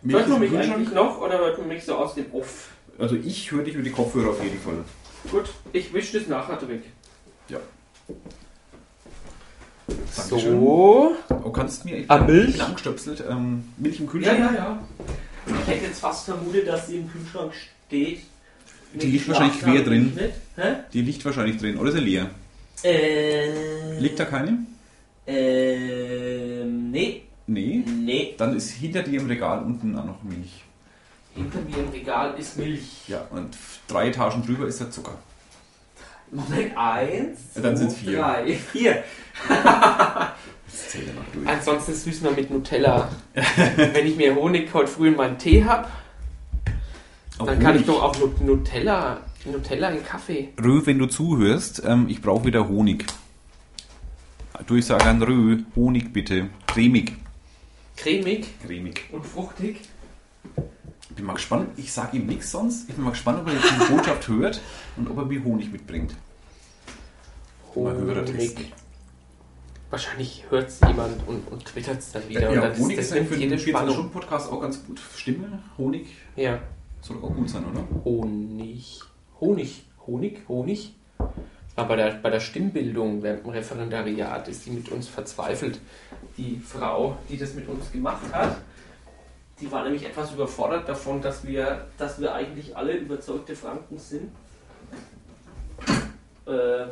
Speaker 2: Milch
Speaker 1: Hört
Speaker 2: ist
Speaker 1: man
Speaker 2: im
Speaker 1: mich
Speaker 2: Kühlschrank?
Speaker 1: eigentlich noch oder hört man mich so aus dem Off?
Speaker 2: Also ich höre dich über die Kopfhörer auf jeden Fall.
Speaker 1: Gut, ich wische das nachher weg.
Speaker 2: Ja. Dankeschön.
Speaker 1: So.
Speaker 2: Du kannst mir... Ich
Speaker 1: Ah,
Speaker 2: bin
Speaker 1: Milch?
Speaker 2: Langstöpselt. Ähm, Milch im
Speaker 1: Ja,
Speaker 2: Kühlschrank?
Speaker 1: ja, ja. Ich hätte jetzt fast vermutet, dass sie im Kühlschrank steht.
Speaker 2: Die liegt wahrscheinlich quer drin.
Speaker 1: Nicht. Hä?
Speaker 2: Die liegt wahrscheinlich drin, oder ist sie leer?
Speaker 1: Äh,
Speaker 2: Liegt da keine?
Speaker 1: Ähm, nee.
Speaker 2: Nee.
Speaker 1: Nee.
Speaker 2: Dann ist hinter dir im Regal unten auch noch Milch.
Speaker 1: Hinter mir im Regal ist Milch.
Speaker 2: Ja, und drei Etagen drüber ist der Zucker.
Speaker 1: Moment, eins.
Speaker 2: Ja,
Speaker 1: zwei,
Speaker 2: dann sind's vier.
Speaker 1: Drei, vier.
Speaker 2: Das zähle noch durch.
Speaker 1: Ansonsten süß man mit Nutella. Wenn ich mir Honig heute früh in meinen Tee habe, dann kann ich doch auch Nut- Nutella, Nutella in Kaffee.
Speaker 2: Rö, wenn du zuhörst, ähm, ich brauche wieder Honig. Durchsage an Rö, Honig bitte. Cremig.
Speaker 1: Cremig
Speaker 2: Cremig.
Speaker 1: und fruchtig.
Speaker 2: Ich bin mal gespannt. Ich sage ihm nichts sonst. Ich bin mal gespannt, ob er jetzt die Botschaft hört und ob er mir Honig mitbringt. Mal Hörer testen.
Speaker 1: Wahrscheinlich hört es jemand und, und twittert es dann wieder. und
Speaker 2: ja,
Speaker 1: dann
Speaker 2: Honig ist ja
Speaker 1: nimmt
Speaker 2: für den 24-Stunden-Podcast auch ganz gut. Stimme, Honig,
Speaker 1: Ja.
Speaker 2: soll doch auch gut sein, oder?
Speaker 1: Honig. Honig. Honig. Honig. Aber bei der, bei der Stimmbildung während dem Referendariat ist die mit uns verzweifelt. Die Frau, die das mit uns gemacht hat, die war nämlich etwas überfordert davon, dass wir, dass wir eigentlich alle überzeugte Franken sind. Äh, ja.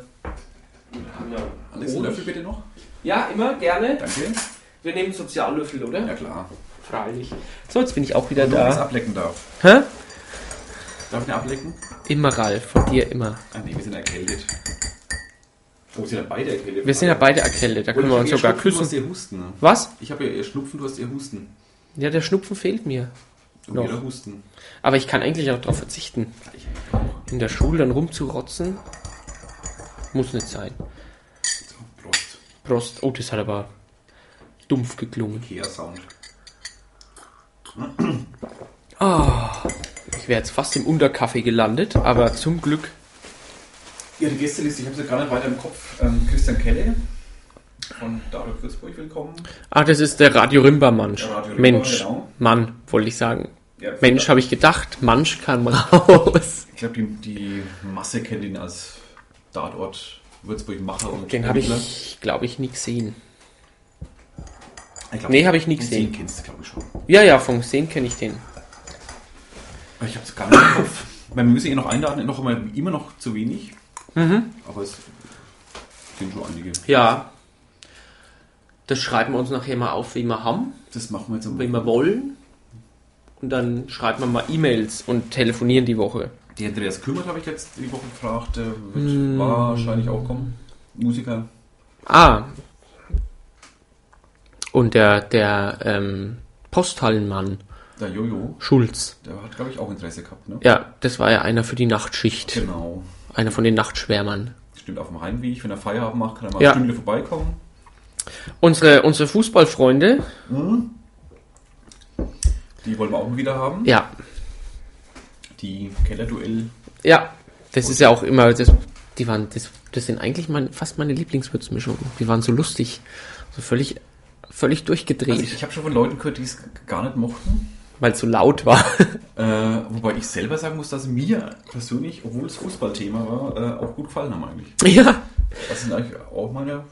Speaker 2: Alex,
Speaker 1: Honig.
Speaker 2: Löffel bitte noch.
Speaker 1: ja, immer gerne.
Speaker 2: Danke.
Speaker 1: Wir nehmen Soziallöffel, oder?
Speaker 2: Ja, klar.
Speaker 1: Freilich. So, jetzt bin ich auch wieder
Speaker 2: Wenn du das
Speaker 1: da.
Speaker 2: ablecken darf.
Speaker 1: Hä?
Speaker 2: Darf ich ihn ablecken?
Speaker 1: Immer Ralf, von dir immer.
Speaker 2: Ah, nee, wir sind erkältet. Oh, wir sind ja beide erkältet.
Speaker 1: Wir sind ja beide erkältet, da
Speaker 2: Und
Speaker 1: können wir uns
Speaker 2: ich hab
Speaker 1: sogar
Speaker 2: ihr Schnupfen,
Speaker 1: küssen.
Speaker 2: Du hast ihr Husten. ne?
Speaker 1: Was?
Speaker 2: Ich habe ja ihr Schnupfen, du hast ihr Husten.
Speaker 1: Ja, der Schnupfen fehlt mir.
Speaker 2: Und
Speaker 1: Noch.
Speaker 2: jeder Husten.
Speaker 1: Aber ich kann eigentlich auch darauf verzichten.
Speaker 2: Ich eigentlich auch.
Speaker 1: In der Schule dann rumzurotzen, muss nicht sein.
Speaker 2: So, Prost.
Speaker 1: Prost. Oh, das hat aber dumpf geklungen.
Speaker 2: Ikea-Sound.
Speaker 1: Ah, Ich wäre jetzt fast im Unterkaffee gelandet, aber zum Glück.
Speaker 2: Ihre Gästeliste, ich habe sie gar nicht weiter im Kopf. Ähm, Christian Kelle von Dadurch Würzburg, willkommen.
Speaker 1: Ah, das ist der Radio Rimba-Mansch.
Speaker 2: Der Radio Rimba,
Speaker 1: Mensch,
Speaker 2: genau.
Speaker 1: Mann, wollte ich sagen.
Speaker 2: Ja,
Speaker 1: Mensch,
Speaker 2: klar.
Speaker 1: habe ich gedacht. Mansch kam raus.
Speaker 2: Ich glaube, die, die Masse kennt ihn als Tatort Würzburg-Macher und
Speaker 1: Den habe
Speaker 2: Ermittler.
Speaker 1: ich, glaube ich, nie gesehen.
Speaker 2: Ich glaub,
Speaker 1: Nee, habe ich nie
Speaker 2: den
Speaker 1: gesehen.
Speaker 2: kennst du, glaube ich, schon.
Speaker 1: Ja, ja, vom Sehen kenne ich den.
Speaker 2: Aber Ich habe es gar nicht im Kopf. Weil wir müssen ihn noch einladen, noch immer, immer noch zu wenig.
Speaker 1: Mhm.
Speaker 2: Aber es sind schon einige.
Speaker 1: Ja. Also, Das schreiben wir uns nachher mal auf, wie wir haben,
Speaker 2: Das machen wir jetzt
Speaker 1: wie
Speaker 2: am
Speaker 1: wir wollen. Und dann schreiben wir mal E-Mails und telefonieren die Woche.
Speaker 2: Der Andreas Kümmert habe ich letzte die Woche gefragt, der wird
Speaker 1: Mhm.
Speaker 2: wahrscheinlich auch kommen. Musiker.
Speaker 1: Ah. Und der, der ähm, Posthallenmann
Speaker 2: Der Jojo,
Speaker 1: Schulz.
Speaker 2: der hat, glaube ich, auch Interesse gehabt, ne?
Speaker 1: Ja, das war ja einer für die Nachtschicht.
Speaker 2: Genau.
Speaker 1: Einer von den Nachtschwärmern.
Speaker 2: Stimmt, auf dem Heimweg, wenn er Feierabend macht, kann er mal
Speaker 1: Ja.
Speaker 2: eine Stunde vorbeikommen.
Speaker 1: Unsere, unsere Fußballfreunde,
Speaker 2: Hm? Die wollen wir auch mal wieder haben.
Speaker 1: ja,
Speaker 2: Die Kellerduell.
Speaker 1: Ja, das ist ja auch immer, das, die waren, das, das sind eigentlich mein, fast meine Lieblingswürzmischungen. Die waren so lustig, so völlig, völlig durchgedreht,
Speaker 2: Also ich habe schon von Leuten gehört, die es gar nicht mochten.
Speaker 1: weil es so laut war.
Speaker 2: Äh, wobei ich selber sagen muss, dass mir persönlich, obwohl es Fußballthema war, äh, auch gut gefallen haben eigentlich.
Speaker 1: ja.
Speaker 2: Das sind eigentlich auch meine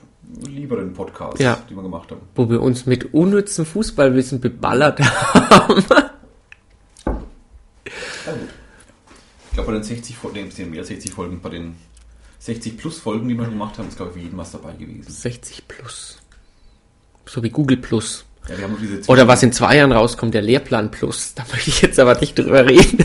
Speaker 2: lieberen Podcasts,
Speaker 1: Ja.
Speaker 2: die wir gemacht haben.
Speaker 1: Wo wir uns mit unnützem Fußballwissen beballert haben.
Speaker 2: Ja, gut. Ich glaube, bei den 60 Folgen, nee, ein bisschen mehr als 60 Folgen, bei den 60 plus Folgen, die wir gemacht haben, ist, glaube ich, für jeden was dabei gewesen.
Speaker 1: 60 plus. So wie Google Plus.
Speaker 2: Ja, wir haben noch diese Zwischen-
Speaker 1: Oder was in zwei Jahren rauskommt, der Lehrplan Plus. Da möchte ich jetzt aber nicht drüber reden.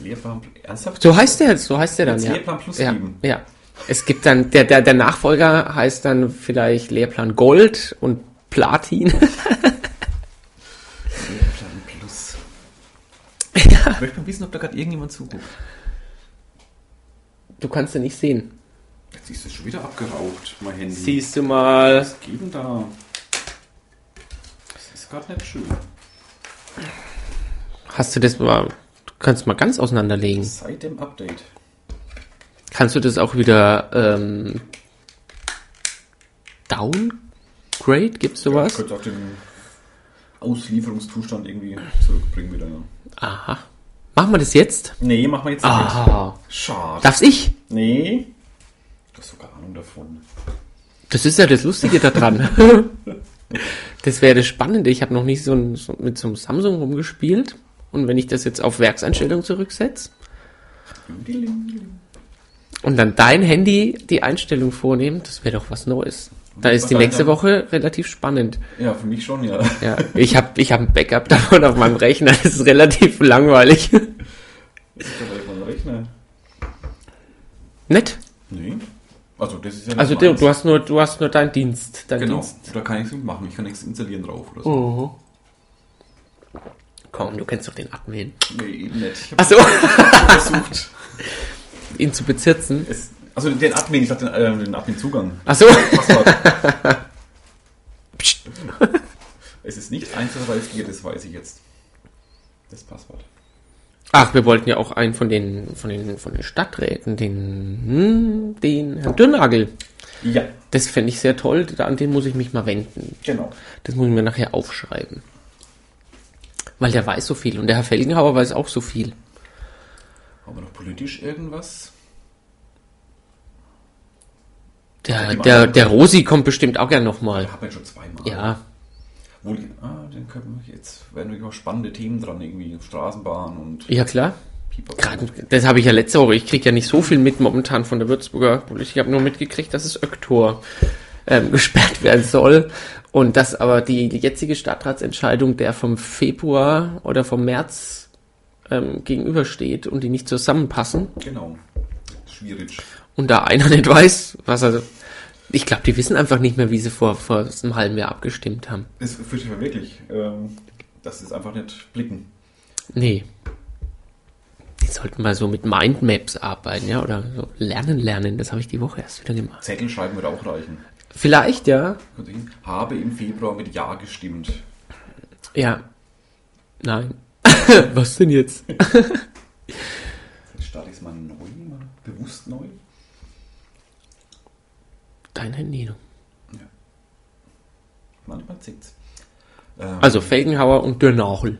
Speaker 2: Lehrplan, ernsthaft?
Speaker 1: So heißt der, so heißt der dann,
Speaker 2: Jetzt
Speaker 1: ja.
Speaker 2: Lehrplan Plus
Speaker 1: ja,
Speaker 2: geben.
Speaker 1: ja. Es gibt dann, der, der, der Nachfolger heißt dann vielleicht Lehrplan Gold und Platin.
Speaker 2: Lehrplan plus. Ich möchte mal wissen, ob da gerade irgendjemand zuguckt.
Speaker 1: Du kannst ja nicht sehen.
Speaker 2: Jetzt ist es schon wieder abgeraucht, mein Handy.
Speaker 1: Siehst du mal.
Speaker 2: Was geht denn da? Das ist gerade nicht schön.
Speaker 1: Hast du das mal. Du kannst mal ganz auseinanderlegen.
Speaker 2: Seit dem Update.
Speaker 1: Kannst du das auch wieder ähm, downgrade? Gibt's
Speaker 2: Ja,
Speaker 1: sowas?
Speaker 2: Könnte auf den Auslieferungszustand irgendwie zurückbringen wieder. Ja.
Speaker 1: Aha. Machen wir das jetzt?
Speaker 2: Nee, machen wir jetzt
Speaker 1: Aha.
Speaker 2: nicht. Schade.
Speaker 1: Darf's ich?
Speaker 2: Nee. Du hast sogar Ahnung davon.
Speaker 1: Das ist ja das Lustige daran. das wäre das Spannende. Ich habe noch nicht so, ein, so mit so einem Samsung rumgespielt. Und wenn ich das jetzt auf Werkseinstellungen zurücksetze und dann dein Handy die Einstellung vornehme, das wäre doch was Neues. Dann ist die nächste Woche relativ spannend.
Speaker 2: Ja, für mich schon, ja.
Speaker 1: Ja, ich habe ich hab ein Backup davon auf meinem Rechner. Das ist relativ langweilig.
Speaker 2: Das ist aber von Rechner.
Speaker 1: Nett.
Speaker 2: Nee. Also, das ist ja nicht
Speaker 1: Also du,
Speaker 2: meins.
Speaker 1: du hast nur du hast nur deinen Dienst. Dein
Speaker 2: Genau,
Speaker 1: Dienst.
Speaker 2: da kann ich nichts mitmachen. Ich kann nichts installieren drauf oder so.
Speaker 1: Mhm. Komm, du kennst doch den Admin.
Speaker 2: Nee, eben nicht. Ich hab
Speaker 1: Achso,
Speaker 2: versucht.
Speaker 1: ihn zu bezirzen.
Speaker 2: Es, also, den Admin, ich dachte den, äh, den Admin-Zugang.
Speaker 1: Achso.
Speaker 2: Passwort. 1, 2, 3, 4, das weiß ich jetzt. Das Passwort.
Speaker 1: Ach, wir wollten ja auch einen von den, von den, von den Stadträten, den, hm, den Herrn Dürnagel.
Speaker 2: Ja,
Speaker 1: Das fände ich sehr toll. Da- An den muss ich mich mal wenden.
Speaker 2: genau.
Speaker 1: Das muss ich mir nachher aufschreiben. Weil der weiß so viel und der Herr Felgenhauer weiß auch so viel.
Speaker 2: Haben wir noch politisch irgendwas?
Speaker 1: Der, der, der Rosi kommt bestimmt auch gern nochmal.
Speaker 2: Da haben wir schon zweimal.
Speaker 1: Ja,
Speaker 2: Wo die, ah, dann können wir jetzt, werden wir über spannende Themen dran, irgendwie Straßenbahn und
Speaker 1: ja klar.
Speaker 2: Pieper.
Speaker 1: Gerade, das habe ich ja letzte Woche. Ich kriege ja nicht so viel mit momentan von der Würzburger Politik. Ich habe nur mitgekriegt, dass es Öktor ähm, gesperrt werden soll. Und dass aber die jetzige Stadtratsentscheidung der vom Februar oder vom März ähm, gegenübersteht und die nicht zusammenpassen.
Speaker 2: Genau. Schwierig.
Speaker 1: Und da einer nicht weiß, was er. Ich glaube, die wissen einfach nicht mehr, wie sie vor, vor einem halben Jahr abgestimmt haben.
Speaker 2: Das fürchte ich mir wirklich. Ähm, das ist einfach nicht blicken.
Speaker 1: Nee. Die sollten mal so mit Mindmaps arbeiten, ja, oder so lernen, lernen. Das habe ich die Woche erst wieder gemacht.
Speaker 2: Zettel schreiben würde auch reichen.
Speaker 1: Vielleicht, ja.
Speaker 2: Könnt ihr hin? Habe im Februar mit Ja gestimmt.
Speaker 1: Ja. Nein. was denn jetzt?
Speaker 2: Jetzt starte ich es mal neu, mal bewusst neu.
Speaker 1: Dein Handy.
Speaker 2: Manchmal zickt's. Ähm,
Speaker 1: Also Felgenhauer und Dürnagel.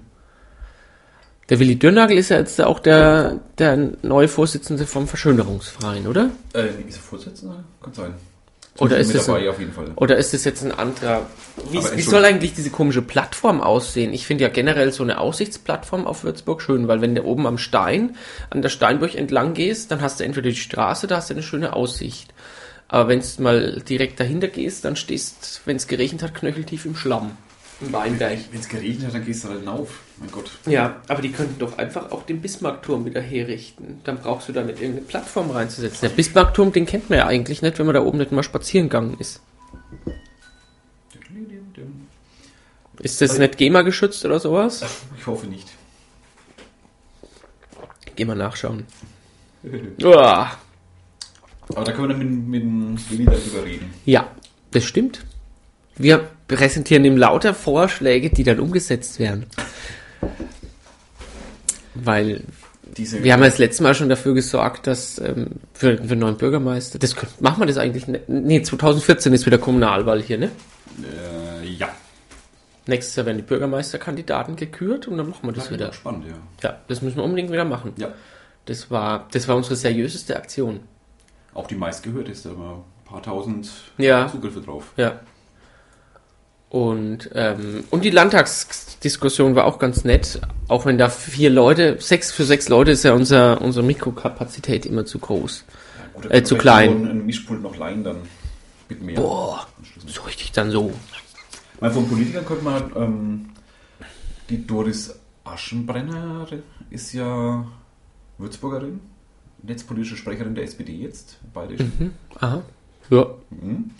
Speaker 1: Der Willi Dürnagel ist ja jetzt auch der, der neue Vorsitzende vom Verschönerungsverein, oder?
Speaker 2: Äh, nee, ist er Vorsitzender? Kann sein.
Speaker 1: Oder
Speaker 2: Zumindest
Speaker 1: ist
Speaker 2: mit
Speaker 1: es
Speaker 2: dabei
Speaker 1: ein-
Speaker 2: auf jeden Fall.
Speaker 1: Oder ist das jetzt ein anderer? Wie,
Speaker 2: Aber
Speaker 1: wie
Speaker 2: Entschuldigung.
Speaker 1: soll eigentlich diese komische Plattform aussehen? Ich finde ja generell so eine Aussichtsplattform auf Würzburg schön, weil wenn du oben am Stein, an der Steinburg entlang gehst, dann hast du entweder die Straße, da hast du eine schöne Aussicht. Aber wenn du mal direkt dahinter gehst, dann stehst, wenn es geregnet hat, knöcheltief im Schlamm. Im Weinberg.
Speaker 2: Wenn es geregnet hat, dann gehst du da hinauf. Mein Gott.
Speaker 1: Ja, aber die könnten doch einfach auch den Bismarckturm wieder herrichten. Dann brauchst du damit irgendeine Plattform reinzusetzen. Der Bismarckturm, den kennt man ja eigentlich nicht, wenn man da oben nicht mal spazieren gegangen ist. Ist
Speaker 2: Also
Speaker 1: das nicht GEMA geschützt oder sowas?
Speaker 2: Ich hoffe nicht.
Speaker 1: Geh mal nachschauen.
Speaker 2: Aber
Speaker 1: Uah.
Speaker 2: da können wir dann mit, mit dem Willi darüber reden.
Speaker 1: Ja, das stimmt. Wir präsentieren ihm lauter Vorschläge, die dann umgesetzt werden. Weil
Speaker 2: Diese
Speaker 1: wir haben ja das letzte Mal schon dafür gesorgt, dass ähm, für, für einen neuen Bürgermeister, das können, machen wir das eigentlich, ne, nee, 2014 ist wieder Kommunalwahl hier, ne?
Speaker 2: äh, ja.
Speaker 1: Nächstes Jahr werden die Bürgermeisterkandidaten gekürt und dann machen wir das
Speaker 2: Das wird
Speaker 1: wieder.
Speaker 2: auch spannend, ja.
Speaker 1: Ja, das müssen wir unbedingt wieder machen.
Speaker 2: Ja.
Speaker 1: Das war, das war unsere seriöseste Aktion.
Speaker 2: Auch die meistgehörte ist da immer ein paar tausend
Speaker 1: Ja.
Speaker 2: Zugriffe drauf.
Speaker 1: Ja. Und, ähm, und die Landtagsdiskussion war auch ganz nett, auch wenn da vier Leute, sechs für sechs Leute ist ja unser, unsere Mikrokapazität immer zu groß.
Speaker 2: Ja, gut, da
Speaker 1: Äh, zu
Speaker 2: können wir
Speaker 1: klein.
Speaker 2: schon Ein Mischpult noch leihen dann. Mit mehr.
Speaker 1: Boah, so richtig dann so.
Speaker 2: Ich meine, von Politikern könnte man halt, ähm, die Doris Aschenbrenner ist ja Würzburgerin, netzpolitische Sprecherin der SPD jetzt,
Speaker 1: Hm.
Speaker 2: bayerischen.
Speaker 1: Aha. Ja.
Speaker 2: Mhm.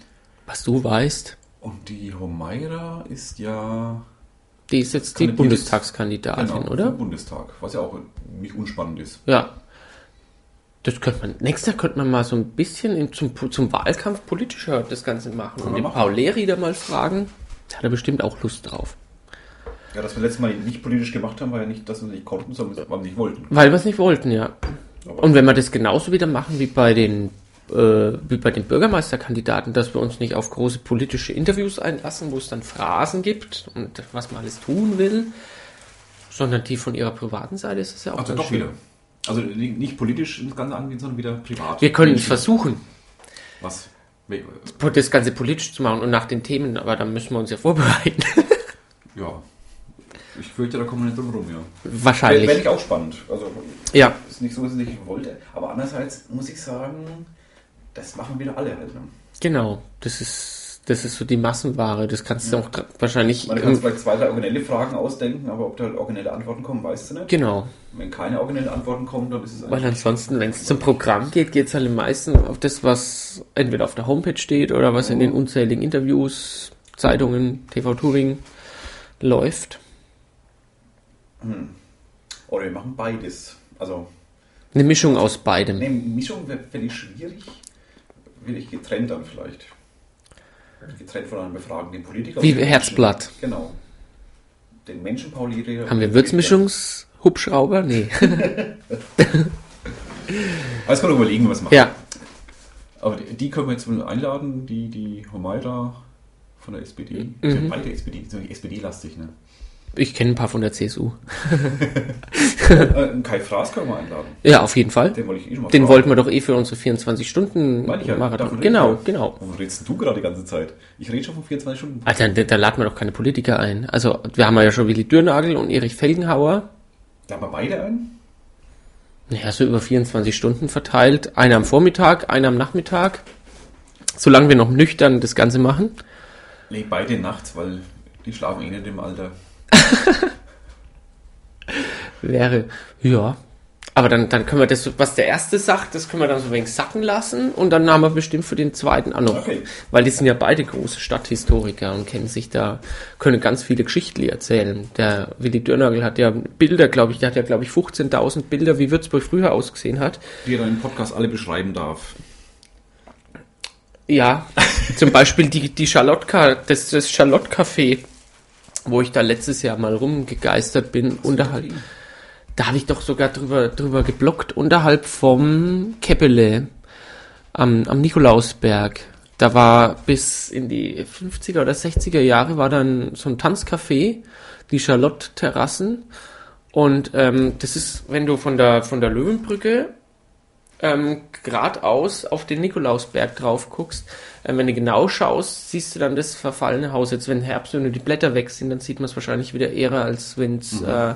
Speaker 1: Was du weißt,
Speaker 2: Und die Homaira ist ja
Speaker 1: die ist jetzt die
Speaker 2: Kandidiert-
Speaker 1: Bundestagskandidatin,
Speaker 2: genau,
Speaker 1: oder?
Speaker 2: vom Bundestag, was ja auch nicht unspannend ist.
Speaker 1: Ja. Das könnte man, nächstes Jahr könnte man mal so ein bisschen in, zum, zum Wahlkampf politischer das Ganze machen. Und
Speaker 2: wir
Speaker 1: den
Speaker 2: machen.
Speaker 1: Paul Lehri da mal fragen, da hat er bestimmt auch Lust drauf.
Speaker 2: Ja, dass wir letztes Mal nicht politisch gemacht haben, war ja nicht, dass wir nicht konnten, sondern weil wir nicht wollten.
Speaker 1: Weil wir es nicht wollten, ja.
Speaker 2: Aber-
Speaker 1: Und wenn wir das genauso wieder machen wie bei den äh, wie bei den Bürgermeisterkandidaten, dass wir uns nicht auf große politische Interviews einlassen, wo es dann Phrasen gibt und was man alles tun will, sondern die von ihrer privaten Seite ist es ja auch
Speaker 2: Also
Speaker 1: ganz
Speaker 2: doch
Speaker 1: schön.
Speaker 2: wieder. Also nicht nicht politisch das Ganze angehen, sondern wieder privat.
Speaker 1: Wir können es
Speaker 2: Menschen.
Speaker 1: versuchen,
Speaker 2: Was? We-
Speaker 1: das Ganze politisch zu machen und nach den Themen, aber dann müssen wir uns ja vorbereiten.
Speaker 2: Ja. Ich fürchte, da kommen wir nicht drum rum, ja. Fände
Speaker 1: Wahrscheinlich.
Speaker 2: ich auch spannend. Also
Speaker 1: Ja,
Speaker 2: ist nicht so, dass ich es nicht wollte. Aber andererseits muss ich sagen, das machen wieder alle halt. Ne?
Speaker 1: genau. Das ist das ist so die Massenware. Das kannst du auch dra- wahrscheinlich.
Speaker 2: Man kann
Speaker 1: im-
Speaker 2: vielleicht zwei, drei originelle Fragen ausdenken, aber ob da halt originelle Antworten kommen, weißt du nicht.
Speaker 1: Genau.
Speaker 2: Wenn keine originellen Antworten kommen, dann ist es
Speaker 1: Weil
Speaker 2: eigentlich...
Speaker 1: ansonsten, wenn es zum Programm geht, geht es halt am meisten auf das, was entweder auf der Homepage steht oder was in den unzähligen Interviews, Zeitungen, TV Touring läuft.
Speaker 2: Oder wir machen beides. Also,
Speaker 1: Eine Mischung aus beidem.
Speaker 2: ne, Mischung wäre ich schwierig. Will ich getrennt dann vielleicht. Getrennt voneinander befragen, den Politiker.
Speaker 1: Wie
Speaker 2: und den
Speaker 1: Herzblatt.
Speaker 2: Menschen. Genau. den Menschen Pauli
Speaker 1: Haben wir Würzmischungshubschrauber? Nee.
Speaker 2: Aber jetzt können wir überlegen, was wir machen.
Speaker 1: ja,
Speaker 2: Aber die, die können wir jetzt mal einladen, die, die Homaida von der SPD. Mhm.
Speaker 1: Mhm.
Speaker 2: Beide SPD, so SPD-lastig, ne?
Speaker 1: ich kenne ein paar von der CSU.
Speaker 2: äh, Kai Fraß können wir einladen.
Speaker 1: Ja, auf jeden Fall.
Speaker 2: Den wollte ich eh schon mal
Speaker 1: Den
Speaker 2: fragen.
Speaker 1: wollten wir doch eh für unsere 24 Stunden
Speaker 2: Meine ich ja, davon
Speaker 1: Marathon.
Speaker 2: reden
Speaker 1: Genau,
Speaker 2: wir.
Speaker 1: genau.
Speaker 2: Wovon redest denn du gerade die ganze Zeit? Ich rede schon von 24 Stunden.
Speaker 1: Alter, da, da laden wir doch keine Politiker ein. Also, wir haben ja schon Willi Dürnagel und Erich Felgenhauer.
Speaker 2: Laden wir beide ein?
Speaker 1: Naja, so über 24 Stunden verteilt. Einer am Vormittag, einer am Nachmittag. Solange wir noch nüchtern das Ganze machen.
Speaker 2: Nee, beide nachts, weil die schlafen eh nicht im Alter.
Speaker 1: Wäre, ja. Aber dann, dann können wir das, was der Erste sagt, das können wir dann so ein wenig sacken lassen und dann haben wir bestimmt für den Zweiten auch noch.
Speaker 2: Okay.
Speaker 1: Weil die sind ja beide große Stadthistoriker und kennen sich da, können ganz viele Geschichten erzählen. Der Willi Dürnagel hat ja Bilder, glaube ich, der hat ja, glaube ich, 15.000 Bilder, wie Würzburg früher ausgesehen hat.
Speaker 2: Die er dann im Podcast alle beschreiben darf.
Speaker 1: Ja, zum Beispiel die, die Charlotte, das, das Charlotte Café, wo ich da letztes Jahr mal rumgegeistert bin, unterhalb. Da habe ich doch sogar drüber, drüber geblockt, unterhalb vom Keppele am, am Nikolausberg. Da war bis in die 50er oder 60er Jahre war dann so ein Tanzcafé, die Charlotte Terrassen. Und ähm, das ist, wenn du von der, von der Löwenbrücke ähm, geradeaus auf den Nikolausberg drauf guckst, ähm, wenn du genau schaust, siehst du dann das verfallene Haus. Jetzt, wenn Herbst, wenn du die Blätter weg sind, dann sieht man es wahrscheinlich wieder eher, als wenn
Speaker 2: Mhm.
Speaker 1: es äh,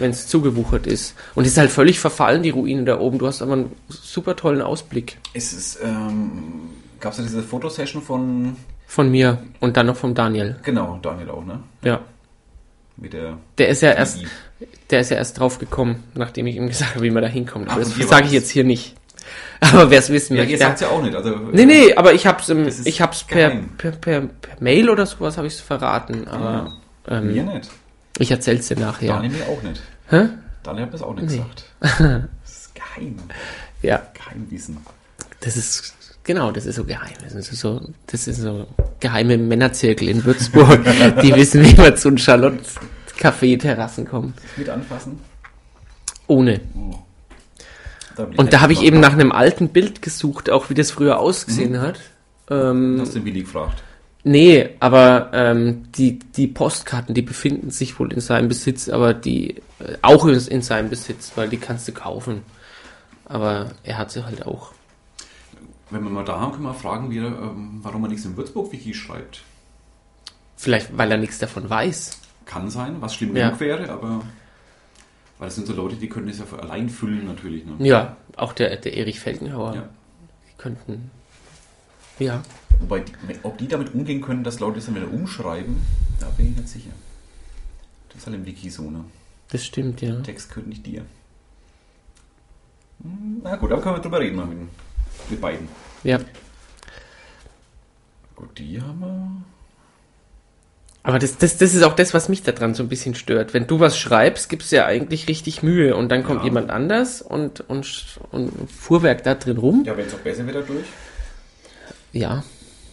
Speaker 1: wenn's zugewuchert ist. Und es ist halt völlig verfallen, die Ruine da oben. Du hast aber einen super tollen Ausblick
Speaker 2: Es ist, ähm, gab es ja diese Fotosession von,
Speaker 1: von mir und dann noch vom Daniel.
Speaker 2: genau, Daniel auch, ne?
Speaker 1: Ja.
Speaker 2: Mit der
Speaker 1: Der ist ja erst,
Speaker 2: Gigi.
Speaker 1: der ist ja erst drauf gekommen, nachdem ich ihm gesagt habe, wie man da hinkommt. Aber
Speaker 2: Ach,
Speaker 1: das
Speaker 2: und wir
Speaker 1: sage ich
Speaker 2: waren's.
Speaker 1: jetzt hier nicht. Aber wer es wissen
Speaker 2: Ja,
Speaker 1: möchte.
Speaker 2: ihr sagt's ja auch nicht. Also,
Speaker 1: Nee, nee, aber ich hab's, im,
Speaker 2: Das ist
Speaker 1: ich hab's per,
Speaker 2: geheim.
Speaker 1: per, per, per Mail oder sowas habe ich's verraten, aber ähm,
Speaker 2: Mir nicht.
Speaker 1: ich erzähl's dir nachher.
Speaker 2: Daniel mir auch nicht.
Speaker 1: Hä?
Speaker 2: Daniel hat das auch nicht
Speaker 1: Nee.
Speaker 2: gesagt. Das ist geheim.
Speaker 1: Ja,
Speaker 2: Geheimwissen.
Speaker 1: das ist genau, das ist so geheim. Das ist so, das ist so geheime Männerzirkel in Würzburg. die wissen, wie man zu einem Charlotte Café Terrassen kommt.
Speaker 2: Mit anfassen.
Speaker 1: Ohne.
Speaker 2: Da will
Speaker 1: Und da habe ich
Speaker 2: nicht
Speaker 1: eben nach einem alten Bild gesucht, auch wie das früher ausgesehen
Speaker 2: Mhm.
Speaker 1: hat. Ähm,
Speaker 2: mal- Hast du den Willi gefragt?
Speaker 1: Nee, aber ähm, die, die Postkarten, die befinden sich wohl in seinem Besitz, aber die äh, auch in, in seinem Besitz, weil die kannst du kaufen. Aber er hat sie halt auch.
Speaker 2: Wenn wir mal da haben, können wir fragen, wie er, ähm, warum er nichts im Würzburg-Wiki schreibt.
Speaker 1: Vielleicht, weil er nichts davon weiß.
Speaker 2: Kann sein, was schlimm
Speaker 1: Ja.
Speaker 2: genug wäre, aber. Weil das sind so Leute, die können das ja für- allein füllen, natürlich. Ne?
Speaker 1: Ja, auch der, der Erich Felgenhauer.
Speaker 2: Ja.
Speaker 1: Die könnten. Ja.
Speaker 2: Wobei, die, ob die damit umgehen können, dass Leute das dann wieder umschreiben, da bin ich nicht sicher. Das ist halt im Wiki so, ne?
Speaker 1: Das stimmt, ja.
Speaker 2: Text gehört nicht dir. Hm, Na gut, aber können wir drüber reden, mit, mit beiden.
Speaker 1: Ja.
Speaker 2: Gut, die haben wir.
Speaker 1: Aber das, das, das ist auch das, was mich daran so ein bisschen stört. Wenn du was schreibst, gibst du ja eigentlich richtig Mühe und dann kommt
Speaker 2: Ja.
Speaker 1: jemand anders und, und, sch- und fuhrwerk da drin rum.
Speaker 2: Ja, wenn es auch besser wird dadurch.
Speaker 1: ja.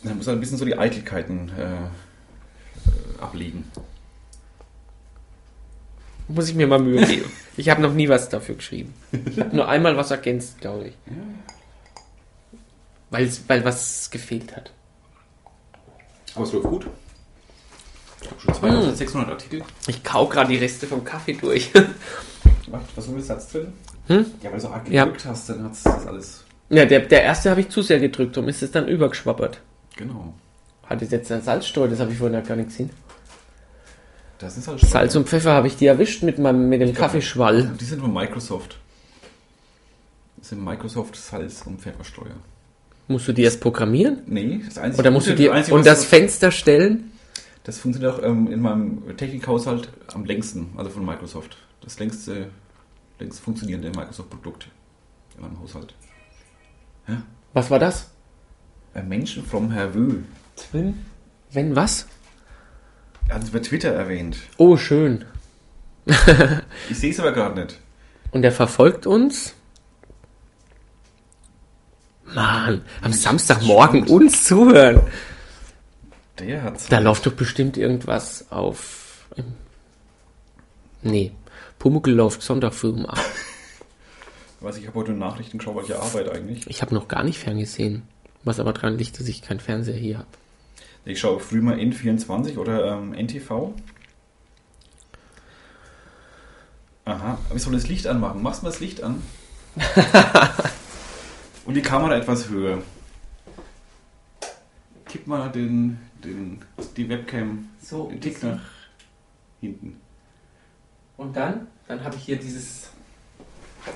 Speaker 2: Dann muss er ein bisschen so die Eitelkeiten äh, äh, ablegen.
Speaker 1: Muss ich mir mal Mühe geben. Ich habe noch nie was dafür geschrieben. Ich habe nur einmal was ergänzt, glaube ich. Weil's, weil was gefehlt hat.
Speaker 2: Aber es läuft gut. Ich habe schon
Speaker 1: Hm.
Speaker 2: 2600 Artikel.
Speaker 1: Ich kau gerade die Reste vom Kaffee durch.
Speaker 2: Macht, was für ein Satz drin?
Speaker 1: Hm?
Speaker 2: Ja, weil du so arg
Speaker 1: Ja.
Speaker 2: gedrückt hast, dann hat es das alles.
Speaker 1: ja, der, der erste habe ich zu sehr gedrückt und ist es dann übergeschwappert.
Speaker 2: Genau.
Speaker 1: Hat es jetzt ein Salzstreu, das habe ich vorhin ja gar nicht gesehen.
Speaker 2: Das ist halt schon-
Speaker 1: Salz und Pfeffer habe ich die erwischt mit, meinem, mit dem Kaffeeschwall.
Speaker 2: Die sind von Microsoft. Das sind Microsoft Salz und Pfeffersteuer.
Speaker 1: Musst du die erst programmieren?
Speaker 2: Nee, das einzige.
Speaker 1: Oder musst du
Speaker 2: Gute-
Speaker 1: die
Speaker 2: einzige,
Speaker 1: und
Speaker 2: was-
Speaker 1: das Fenster stellen?
Speaker 2: Das funktioniert auch ähm, in meinem Technikhaushalt am längsten, also von Microsoft. Das längste, längst funktionierende Microsoft-Produkt in meinem Haushalt.
Speaker 1: Was war das?
Speaker 2: Äh, Menschen from Herveux.
Speaker 1: Twin? Wenn was?
Speaker 2: Er hat es bei Twitter erwähnt.
Speaker 1: Oh, schön.
Speaker 2: Ich sehe es aber gerade nicht.
Speaker 1: Und er verfolgt uns. Mann, am Samstagmorgen uns zuhören.
Speaker 2: Der hat's.
Speaker 1: Da läuft doch bestimmt irgendwas auf im Nee. Pumuckl läuft Sonntag früh um 8.
Speaker 2: Weiß ich habe heute Nachrichten geschaut, weil ich ja arbeite eigentlich.
Speaker 1: Ich habe noch gar nicht ferngesehen. Was aber dran liegt, dass ich keinen Fernseher hier habe.
Speaker 2: Ich schaue früh mal N24 oder ähm, NTV. Aha, aber ich soll das Licht anmachen. Machst mal das Licht an. Und die Kamera etwas höher. Kipp mal den, den, die Webcam
Speaker 1: So,
Speaker 2: einen Tick nach hinten.
Speaker 1: Und dann? Dann habe ich hier dieses.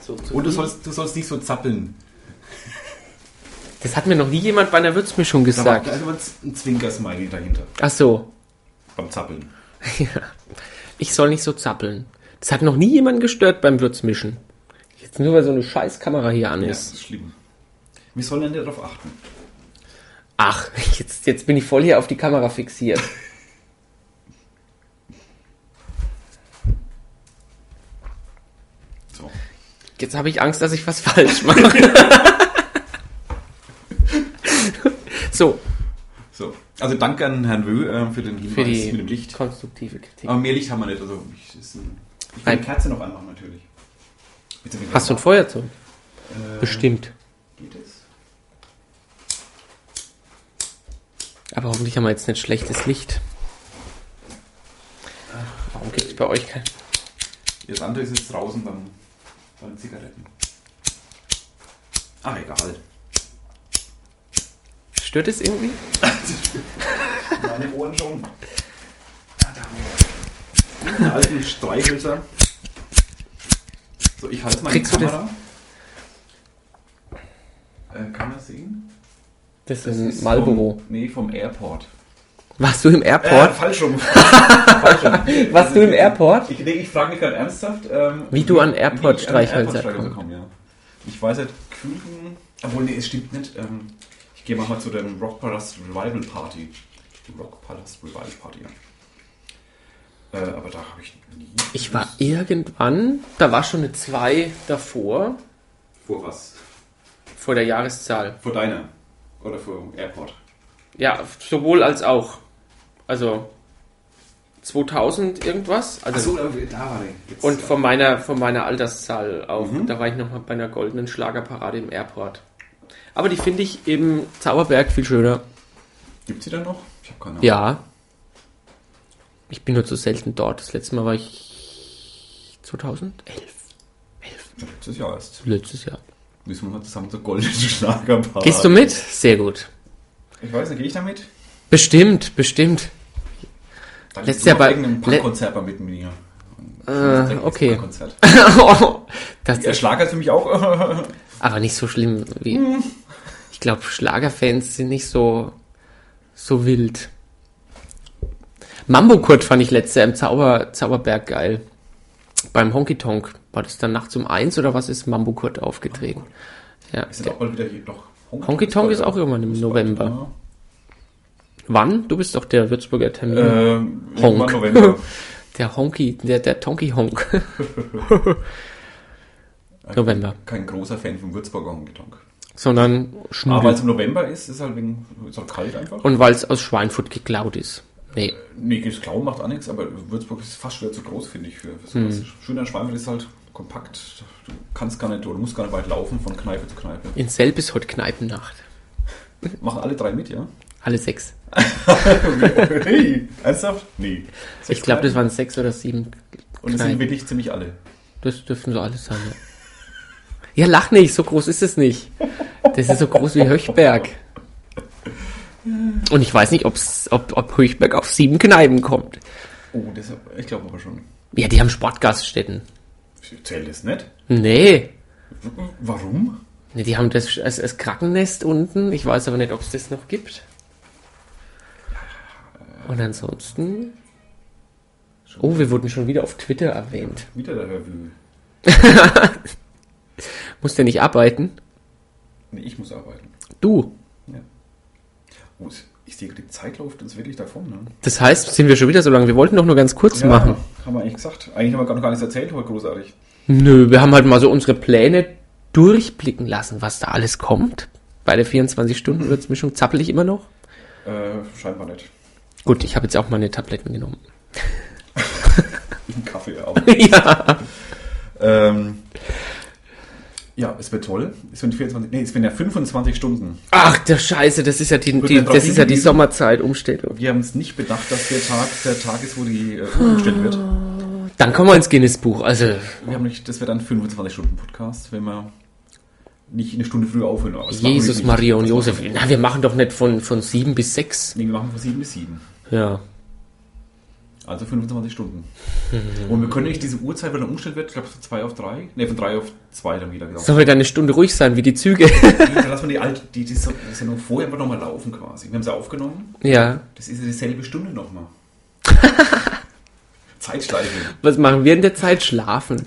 Speaker 1: So, so
Speaker 2: Und du
Speaker 1: wie-
Speaker 2: sollst, du sollst nicht so zappeln.
Speaker 1: Das hat mir noch nie jemand bei einer Würzmischung
Speaker 2: Da war
Speaker 1: gesagt.
Speaker 2: einfach ein Zwinkersmiley dahinter.
Speaker 1: Ach so.
Speaker 2: Beim Zappeln.
Speaker 1: Ja. Ich soll nicht so zappeln. Das hat noch nie jemand gestört beim Würzmischen. Jetzt nur weil so eine Scheißkamera hier an
Speaker 2: Ja,
Speaker 1: ist.
Speaker 2: das ist schlimm. Wir sollen denn darauf achten.
Speaker 1: Ach, jetzt, jetzt bin ich voll hier auf die Kamera fixiert.
Speaker 2: So.
Speaker 1: Jetzt habe ich Angst, dass ich was falsch mache. so,
Speaker 2: so. Also danke an Herrn Wö äh, für den Hinweis
Speaker 1: für die
Speaker 2: mit dem Licht.
Speaker 1: konstruktive Kritik.
Speaker 2: Aber mehr Licht haben wir nicht. Also ich, ist ein, ich kann
Speaker 1: Nein.
Speaker 2: die Kerze noch anmachen natürlich. Bitte, bitte.
Speaker 1: Hast du ein Feuerzeug?
Speaker 2: Äh,
Speaker 1: Bestimmt.
Speaker 2: Geht es?
Speaker 1: Aber hoffentlich haben wir jetzt nicht schlechtes Licht. Warum gibt es bei euch kein...
Speaker 2: Das andere ist jetzt draußen beim, beim Zigaretten. Ach, egal.
Speaker 1: Stört es irgendwie?
Speaker 2: Meine Ohren schon. Ja, da haben wir einen alten Streichhölzer. So, ich halte mal die
Speaker 1: Kriegst du das-
Speaker 2: Kamera. Äh, kann man sehen?
Speaker 1: Das, ist ein Marlboro.
Speaker 2: Vom, nee, vom Airport.
Speaker 1: Warst du im
Speaker 2: Äh,
Speaker 1: Airport?
Speaker 2: falsch rum. falsch rum.
Speaker 1: Warst du im Airport?
Speaker 2: Ich, nee, ich frage mich gerade ernsthaft. Ähm,
Speaker 1: Wie du an
Speaker 2: wie-
Speaker 1: Airport
Speaker 2: wie ich an
Speaker 1: Streichhölzer
Speaker 2: Airport-Streichhölzer komme, ja. Ich weiß halt, Küken. Obwohl, nee, es stimmt nicht. Ähm, ich gehe mal zu der Rock Palace Revival Party. Rock Palace Revival Party, ja. Äh, aber da habe ich nie.
Speaker 1: Ich war irgendwann, da war schon eine 2 davor,
Speaker 2: Vor was?
Speaker 1: vor der Jahreszahl.
Speaker 2: Vor deiner. Oder vor Airport.
Speaker 1: Ja, sowohl als auch. Also 2000 irgendwas. Also
Speaker 2: Achso, da da war der. Jetzt,
Speaker 1: Und
Speaker 2: ja.
Speaker 1: von meiner, von meiner Alterszahl auch.
Speaker 2: Mhm.
Speaker 1: Da war ich nochmal bei einer goldenen Schlagerparade im Airport. Aber die finde ich im Zauberberg viel schöner.
Speaker 2: Gibt sie da noch? Ich habe keine Ahnung.
Speaker 1: Ja. Ich bin nur zu selten dort. Das letzte Mal war ich 2011.
Speaker 2: Letztes Jahr erst.
Speaker 1: Letztes Jahr.
Speaker 2: Müssen wir mal zusammen zur goldenen Schlagerparty.
Speaker 1: Gehst du mit? Sehr gut.
Speaker 2: Ich weiß nicht, gehe ich damit?
Speaker 1: Bestimmt, bestimmt.
Speaker 2: Dann
Speaker 1: Letztes
Speaker 2: gehst du
Speaker 1: Jahr
Speaker 2: auf
Speaker 1: bei-
Speaker 2: irgendeinem
Speaker 1: le-
Speaker 2: Punkkonzert mal mit mir.
Speaker 1: Äh, okay.
Speaker 2: Konzert.
Speaker 1: das
Speaker 2: Der Schlager ist für mich auch.
Speaker 1: Aber nicht so schlimm
Speaker 2: Hm.
Speaker 1: wie. Ich glaube, Schlagerfans sind nicht so, so wild. Mambo Kurt fand ich letzte im Zauber, Zauberberg geil. Beim Honky Tonk. War das dann nachts um eins oder was ist Mambo Kurt aufgetreten? Ja.
Speaker 2: Ist dann auch mal wieder hier doch
Speaker 1: Honky Tonk ist auch irgendwann im November. Wann? Du bist doch der Würzburger Termin.
Speaker 2: Ähm,
Speaker 1: Hm. Honk.
Speaker 2: Honk. November.
Speaker 1: Der Honky, der, der Tonky Honk. November.
Speaker 2: Kein großer Fan vom Würzburger Honky Tonk.
Speaker 1: Sondern
Speaker 2: Aber weil
Speaker 1: Schnudel.
Speaker 2: es im November ist, ist halt wegen, ist halt kalt einfach.
Speaker 1: Und weil es aus Schweinfurt geklaut ist. Nee.
Speaker 2: Nee, das Klauen macht auch nichts, aber Würzburg ist fast wieder zu groß, finde ich. Für, für
Speaker 1: Mhm.
Speaker 2: sowas. Schön an Schweinfurt ist halt kompakt. Du kannst gar nicht, oder musst gar nicht weit laufen von Kneipe zu Kneipe.
Speaker 1: In Selb ist heute Kneipennacht.
Speaker 2: Machen alle drei mit, ja?
Speaker 1: Alle sechs.
Speaker 2: hey, ernsthaft? Nee.
Speaker 1: Ich glaube, das waren sechs oder sieben.
Speaker 2: Und es sind
Speaker 1: Kneipen.
Speaker 2: wirklich ziemlich alle.
Speaker 1: Das dürften so alles sein. Ja, ja lach nicht, so groß ist es nicht. Das ist so groß wie Höchberg. Und ich weiß nicht, ob's, ob, ob Höchberg auf sieben Kneipen kommt.
Speaker 2: Oh, das, ich glaube aber schon.
Speaker 1: Ja, die haben Sportgaststätten.
Speaker 2: Zählt das nicht?
Speaker 1: Nee.
Speaker 2: Warum?
Speaker 1: nee die haben das als, als Krackennest unten. Ich weiß aber nicht, ob es das noch gibt. Und ansonsten. Oh, wir wurden schon wieder auf Twitter erwähnt.
Speaker 2: Wieder der Hörwügel.
Speaker 1: Muss der nicht arbeiten?
Speaker 2: Nee, ich muss arbeiten.
Speaker 1: Du.
Speaker 2: Ja. Oh, es- ich sehe, die Zeit läuft uns wirklich davon, ne?
Speaker 1: Das heißt, sind wir schon wieder so lang. Wir wollten doch nur ganz kurz machen.
Speaker 2: Haben wir eigentlich gesagt. Eigentlich haben wir gar noch gar nichts erzählt heute, großartig.
Speaker 1: Nö, wir haben halt mal so unsere Pläne durchblicken lassen, was da alles kommt. Bei der 24-Stunden-Würzmischung zappel ich immer noch.
Speaker 2: Äh, scheinbar nicht.
Speaker 1: Gut, ich habe jetzt auch meine Tabletten genommen.
Speaker 2: Ich einen Kaffee haben.
Speaker 1: ja.
Speaker 2: Ähm, ja, es wird toll. Es sind 24, nee, es werden ja 25 Stunden.
Speaker 1: Ach, der Scheiße, das ist ja die,
Speaker 2: Wird
Speaker 1: die,
Speaker 2: man drauf
Speaker 1: das ist ja die
Speaker 2: hingewiesen?
Speaker 1: Sommerzeitumstellung.
Speaker 2: Wir haben es nicht bedacht, dass der Tag der Tag ist, wo die äh, umgestellt wird.
Speaker 1: Dann kommen wir ins Guinness-Buch. Also,
Speaker 2: Wir haben nicht, das wird ein 25-Stunden-Podcast, wenn wir nicht eine Stunde früher aufhören. Aber das machen wir
Speaker 1: Jesus,
Speaker 2: nicht.
Speaker 1: Maria und
Speaker 2: Das machen wir
Speaker 1: Josef.
Speaker 2: nicht.
Speaker 1: Na, wir machen doch nicht von, von sieben bis sechs.
Speaker 2: Nee, wir machen von 7 bis 7.
Speaker 1: Ja.
Speaker 2: Also 25 Stunden. Und wir können nicht diese Uhrzeit, wenn er umgestellt wird, ich glaube von 2 auf 3. Ne, von 3 auf 2 dann wieder, genau.
Speaker 1: Sollen wir dann eine Stunde ruhig sein, wie die Züge?
Speaker 2: Dann lassen wir die alte, die, die Sendung vorher einfach nochmal laufen quasi. Wir haben sie aufgenommen.
Speaker 1: ja.
Speaker 2: Das ist ja dieselbe Stunde nochmal. Zeitschleife.
Speaker 1: Was machen wir in der Zeit? Schlafen.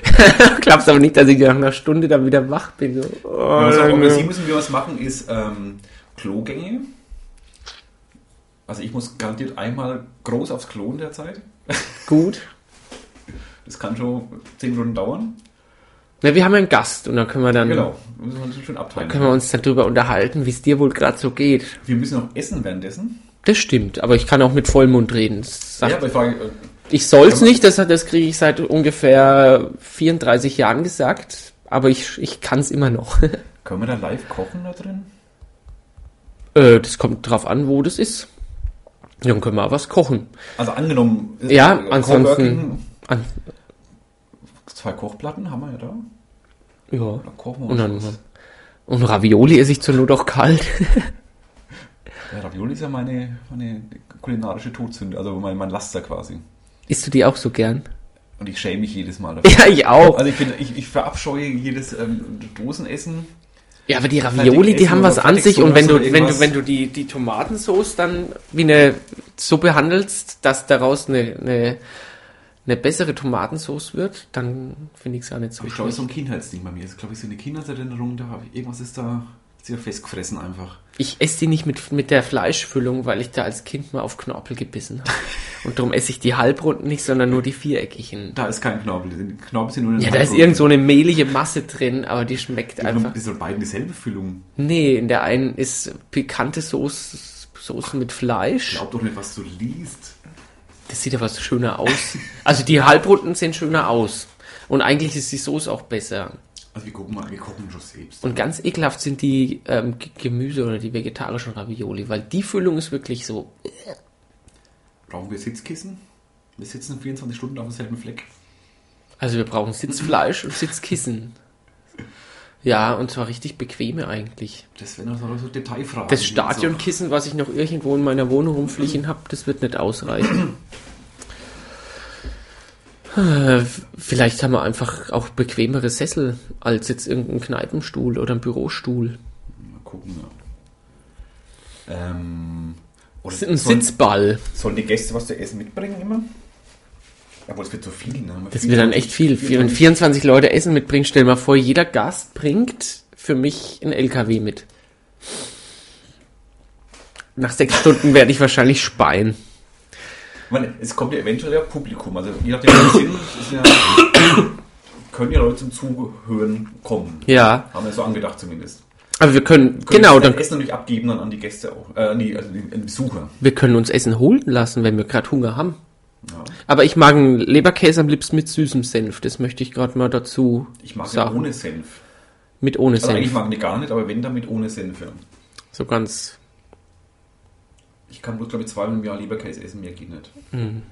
Speaker 1: Glaubst aber nicht, dass ich nach einer Stunde dann wieder wach bin. So. Oh,
Speaker 2: Was wir auch über sie
Speaker 1: Junge.
Speaker 2: müssen, wie wir was machen, ist ähm, Klogänge. Also ich muss garantiert einmal groß aufs Klo in der Zeit.
Speaker 1: Gut.
Speaker 2: Das kann schon 10 Minuten
Speaker 1: Mhm.
Speaker 2: dauern.
Speaker 1: Na, wir haben ja einen Gast und dann können wir dann
Speaker 2: Genau. Müssen wir uns schön abteilen.
Speaker 1: können wir uns dann drüber unterhalten, wie es dir wohl gerade so geht.
Speaker 2: Wir müssen noch essen währenddessen.
Speaker 1: Das stimmt, aber ich kann auch mit vollmund reden. Das sagt,
Speaker 2: Ja, aber ich frage, äh,
Speaker 1: ich soll's
Speaker 2: Kann man-
Speaker 1: nicht, das, das kriege ich seit ungefähr 34 Jahren gesagt, aber ich, ich kann's immer noch.
Speaker 2: können wir da live kochen da drin?
Speaker 1: äh, das kommt drauf an, wo das ist. Dann können wir auch was kochen.
Speaker 2: Also angenommen, es-
Speaker 1: Ja,
Speaker 2: äh,
Speaker 1: ansonsten-
Speaker 2: Kochböcken,
Speaker 1: An,
Speaker 2: Zwei Kochplatten haben wir ja da.
Speaker 1: ja.
Speaker 2: Dann kochen wir
Speaker 1: Und,
Speaker 2: uns was.
Speaker 1: dann, und Ravioli esse ich zur Not auch kalt.
Speaker 2: Ja, Ravioli ist ja meine, meine kulinarische Todsünde, also mein, mein Laster quasi.
Speaker 1: Isst du die auch so gern?
Speaker 2: Und ich schäme mich jedes Mal dafür.
Speaker 1: Ja, ich auch.
Speaker 2: Also ich, bin, ich, ich verabscheue jedes ähm, Dosenessen.
Speaker 1: Ja, aber die Ravioli, die
Speaker 2: Essen
Speaker 1: haben
Speaker 2: oder
Speaker 1: was an sich
Speaker 2: Fertigsoße
Speaker 1: und wenn du,
Speaker 2: oder
Speaker 1: wenn du,
Speaker 2: irgendwas.
Speaker 1: wenn du die, die Tomatensauce dann wie eine Suppe handelst, dass daraus eine, eine, eine bessere Tomatensauce wird, dann finde ich es auch nicht so
Speaker 2: Ich glaube, es ist
Speaker 1: schlecht.
Speaker 2: so ein Kindheitsding bei mir. Das ist, glaube ich, so eine Kindheitserinnerung. Da habe ich, irgendwas ist da sehr festgefressen einfach.
Speaker 1: Ich esse die nicht mit, mit der Fleischfüllung, weil ich da als Kind mal auf Knorpel gebissen habe. Und darum esse ich die halbrunden nicht, sondern nur die viereckigen.
Speaker 2: Da ist kein Knorpel. Die Knorpel sind nur eine
Speaker 1: Ja, da ist
Speaker 2: Handbrot-
Speaker 1: irgend so eine mehlige Masse drin, aber die schmeckt
Speaker 2: Die haben
Speaker 1: einfach.
Speaker 2: ein bisschen beiden dieselbe Füllung.
Speaker 1: Nee, in der einen ist pikante Soße, Soße mit Fleisch.
Speaker 2: Glaub doch nicht, was du liest.
Speaker 1: Das sieht aber so schöner aus. Also die Halbrunden sehen schöner aus. Und eigentlich ist die Soße auch besser.
Speaker 2: Also wir gucken mal, wir gucken schon selbst.
Speaker 1: Und ganz ekelhaft sind die ähm, G- Gemüse oder die vegetarischen Ravioli, weil die Füllung ist wirklich so.
Speaker 2: Brauchen wir Sitzkissen? Wir sitzen 24 Stunden auf demselben Fleck.
Speaker 1: Also wir brauchen Sitzfleisch und Sitzkissen. Ja, und zwar richtig bequeme eigentlich.
Speaker 2: Das wären also noch so Detailfragen.
Speaker 1: Das
Speaker 2: die jetzt
Speaker 1: Stadionkissen, was ich noch irgendwo in meiner Wohnung rumfliegen habe, das wird nicht ausreichen. Äh, Vielleicht haben wir einfach auch bequemere Sessel als jetzt irgendein Kneipenstuhl oder ein Bürostuhl.
Speaker 2: auch- Mal gucken, ja. Ähm, oder
Speaker 1: Das ist ein
Speaker 2: sollen-
Speaker 1: Sitzball.
Speaker 2: Sollen die Gäste was zu essen mitbringen immer? Obwohl, es wird zu viel, ne?
Speaker 1: Das wird dann echt viel. Wenn 24 Leute Essen mitbringen, stell mal vor, jeder Gast bringt für mich einen LKW mit. Nach sechs Stunden werde ich wahrscheinlich speien.
Speaker 2: Ich meine, es kommt ja eventuell ja Publikum. Also, je nachdem, was sind, ist ja, können ja Leute zum Zuhören kommen.
Speaker 1: Ja,
Speaker 2: Haben wir so angedacht zumindest.
Speaker 1: aber wir können,
Speaker 2: Können
Speaker 1: genau,
Speaker 2: das
Speaker 1: dann,
Speaker 2: Essen natürlich abgeben dann an die Gäste auch. Äh, an die, also die, an die Besucher.
Speaker 1: wir können uns Essen holen lassen, wenn wir gerade Hunger haben.
Speaker 2: Ja.
Speaker 1: Aber ich mag einen Leberkäse am liebsten mit süßem Senf. Das möchte ich gerade mal dazu
Speaker 2: Ich mag ja
Speaker 1: sagen.
Speaker 2: ohne Senf.
Speaker 1: Mit ohne
Speaker 2: Also, eigentlich
Speaker 1: Senf.
Speaker 2: mag ich die gar nicht, aber wenn, damit ohne Senf. Ja.
Speaker 1: So ganz.
Speaker 2: Ich kann bloß, glaube ich, zweimal im Jahr Leberkäse essen, mehr geht nicht.
Speaker 1: Mhm.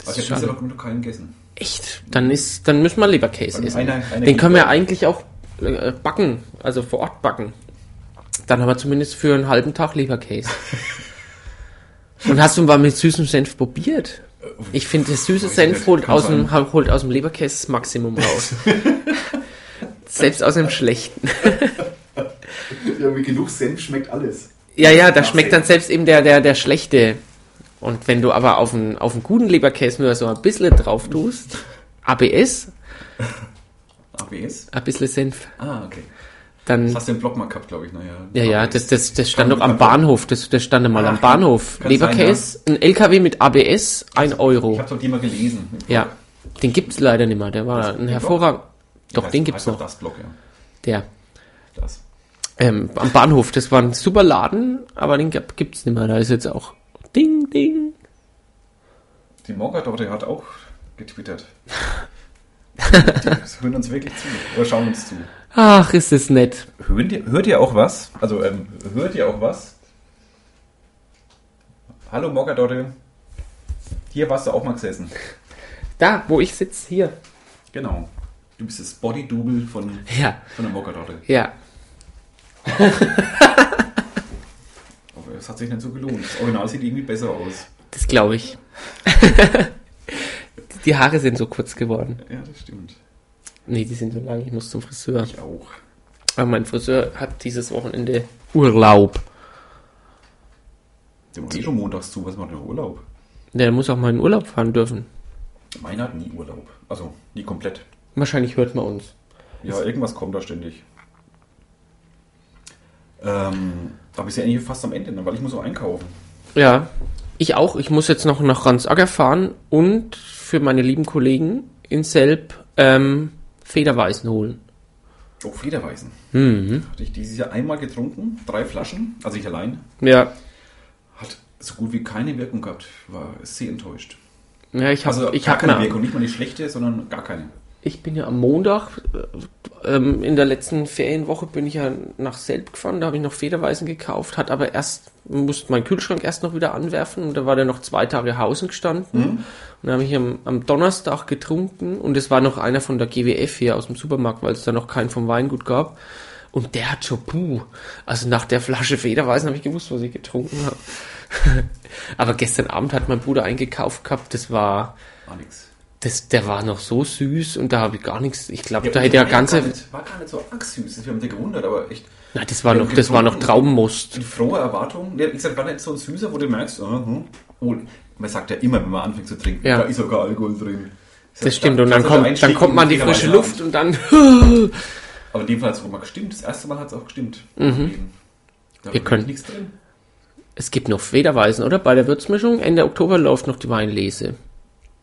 Speaker 1: ist
Speaker 2: Also, ich habe
Speaker 1: schade.
Speaker 2: noch keinen gegessen.
Speaker 1: Echt? Dann ist, dann müssen wir Leberkäse
Speaker 2: Dann
Speaker 1: essen.
Speaker 2: einer- einer
Speaker 1: Den
Speaker 2: geht
Speaker 1: können wir
Speaker 2: drauf.
Speaker 1: eigentlich auch äh, backen, also vor Ort backen. Dann haben wir zumindest für einen halben Tag Leberkäse. Und hast du mal mit süßem Senf probiert? Ich finde, das süße
Speaker 2: Weiß ich
Speaker 1: Senf
Speaker 2: nicht.
Speaker 1: holt
Speaker 2: Kann
Speaker 1: aus, dem,
Speaker 2: sein.
Speaker 1: ha- holt aus dem Leberkäse das Maximum raus. Selbst aus dem
Speaker 2: Äh,
Speaker 1: schlechten.
Speaker 2: Ja, mit genug Senf schmeckt alles.
Speaker 1: Ja, ja, da
Speaker 2: Nach
Speaker 1: schmeckt dann selbst eben der, der, der schlechte. Und wenn du aber auf einen, auf einen guten Leberkäse nur so ein bisschen drauf tust, ABS,
Speaker 2: ABS?
Speaker 1: ein bisschen Senf,
Speaker 2: Ah, okay.
Speaker 1: dann
Speaker 2: Das hast du im Blog mal gehabt, glaube ich. Naja,
Speaker 1: Ja, ja, das, das, das stand
Speaker 2: Kann-
Speaker 1: doch am
Speaker 2: kann-
Speaker 1: Bahnhof. Das, das stand mal
Speaker 2: Ach,
Speaker 1: am Bahnhof.
Speaker 2: kann sein,
Speaker 1: Leberkäse, ein LKW mit ABS, ein
Speaker 2: ich
Speaker 1: Euro.
Speaker 2: habe doch die mal gelesen. im Blog.
Speaker 1: Ja, den gibt's leider nicht mehr. Der war
Speaker 2: Das-
Speaker 1: ein
Speaker 2: den
Speaker 1: hervorragend. Doch,
Speaker 2: Heißt-
Speaker 1: den gibt's
Speaker 2: heißt auch
Speaker 1: noch.
Speaker 2: Das Blog, ja.
Speaker 1: Der.
Speaker 2: Das.
Speaker 1: Ähm, am Bahnhof. Das war ein super Laden, aber den gab- gibt's nicht mehr. Da ist jetzt auch Ding, Ding.
Speaker 2: Die Morgat, aber der hat auch getwittert. Das hören uns wirklich zu. Oder schauen uns zu.
Speaker 1: Ach, ist es nett.
Speaker 2: Hört ihr, hört ihr auch was? Also, ähm, hört ihr auch was? Hallo Mokadotte. Hier warst du auch mal gesessen.
Speaker 1: Da, wo ich sitze, hier.
Speaker 2: Genau. Du bist das Body-Double von,
Speaker 1: Ja,
Speaker 2: von der Mokadotte.
Speaker 1: ja.
Speaker 2: Aber es hat sich nicht so gelohnt. Das Original sieht irgendwie besser aus.
Speaker 1: Das glaube ich. die Haare sind so kurz geworden.
Speaker 2: Ja, das stimmt.
Speaker 1: Nee, die sind so lang. Ich muss zum Friseur.
Speaker 2: Ich auch.
Speaker 1: Aber mein Friseur hat dieses Wochenende Urlaub.
Speaker 2: Der macht eh schon montags zu. Was macht der Urlaub?
Speaker 1: Der muss auch mal in Urlaub fahren dürfen.
Speaker 2: Meiner hat nie Urlaub. Also, nie komplett.
Speaker 1: Wahrscheinlich hört man uns.
Speaker 2: Ja, irgendwas kommt da ständig. Ähm, aber ist ja eigentlich fast am Ende, ne? weil ich muss auch einkaufen.
Speaker 1: Ja, ich auch. Ich muss jetzt noch nach Ransacker fahren und für meine lieben Kollegen in Selb ähm, Federweißen holen.
Speaker 2: Oh, Federweißen.
Speaker 1: Mhm.
Speaker 2: Hatte ich dieses Jahr einmal getrunken, drei Flaschen, also ich allein.
Speaker 1: Ja,
Speaker 2: Hat so gut wie keine Wirkung gehabt. War sehr enttäuscht.
Speaker 1: ja ich habe
Speaker 2: Also
Speaker 1: ich
Speaker 2: gar
Speaker 1: hab
Speaker 2: keine
Speaker 1: mir
Speaker 2: Wirkung, nicht mal die schlechte, sondern gar keine.
Speaker 1: Ich bin ja am Montag, äh, ähm, in der letzten Ferienwoche bin ich ja nach Selb gefahren, da habe ich noch Federweißen gekauft, hat aber erst, musste meinen Kühlschrank erst noch wieder anwerfen und da war der noch zwei Tage Hausen gestanden. Und dann habe ich am, am Donnerstag getrunken und es war noch einer von der GWF hier aus dem Supermarkt, weil es da noch keinen vom Weingut gab. Und der hat schon puh. Also nach der Flasche Federweißen habe ich gewusst, was ich getrunken habe. aber gestern Abend hat mein Bruder eingekauft gehabt, das war
Speaker 2: War nix.
Speaker 1: das, der war noch so süß und da habe ich gar nichts. Ich glaube, da hätte ja
Speaker 2: war Gar
Speaker 1: ganze.
Speaker 2: nicht, war gar nicht so angstsüß. Wir haben dich gewundert, aber echt.
Speaker 1: Na, das war
Speaker 2: Wir
Speaker 1: noch,
Speaker 2: haben
Speaker 1: das war noch
Speaker 2: getrunken.
Speaker 1: Traubenmust.
Speaker 2: Die frohe Erwartung, ja, wie gesagt, war nicht so ein süßer, wo du merkst, aha, hm. oh, man sagt ja immer, wenn man anfängt zu trinken,
Speaker 1: Ja.
Speaker 2: da ist sogar Alkohol drin. Ist ja
Speaker 1: Das stimmt. Und dann
Speaker 2: klassischer
Speaker 1: kommt, dann
Speaker 2: Einstieg
Speaker 1: kommt man
Speaker 2: in
Speaker 1: die
Speaker 2: Federweißer
Speaker 1: frische
Speaker 2: Abend.
Speaker 1: Luft und dann.
Speaker 2: Aber in dem Fall hat es auch mal gestimmt. Das erste Mal hat es auch gestimmt.
Speaker 1: Mhm.
Speaker 2: Da
Speaker 1: Ihr
Speaker 2: war
Speaker 1: könnt-
Speaker 2: nichts drin.
Speaker 1: Es gibt noch Federweisen, oder? Bei der Würzmischung. Ende Oktober läuft noch die Weinlese.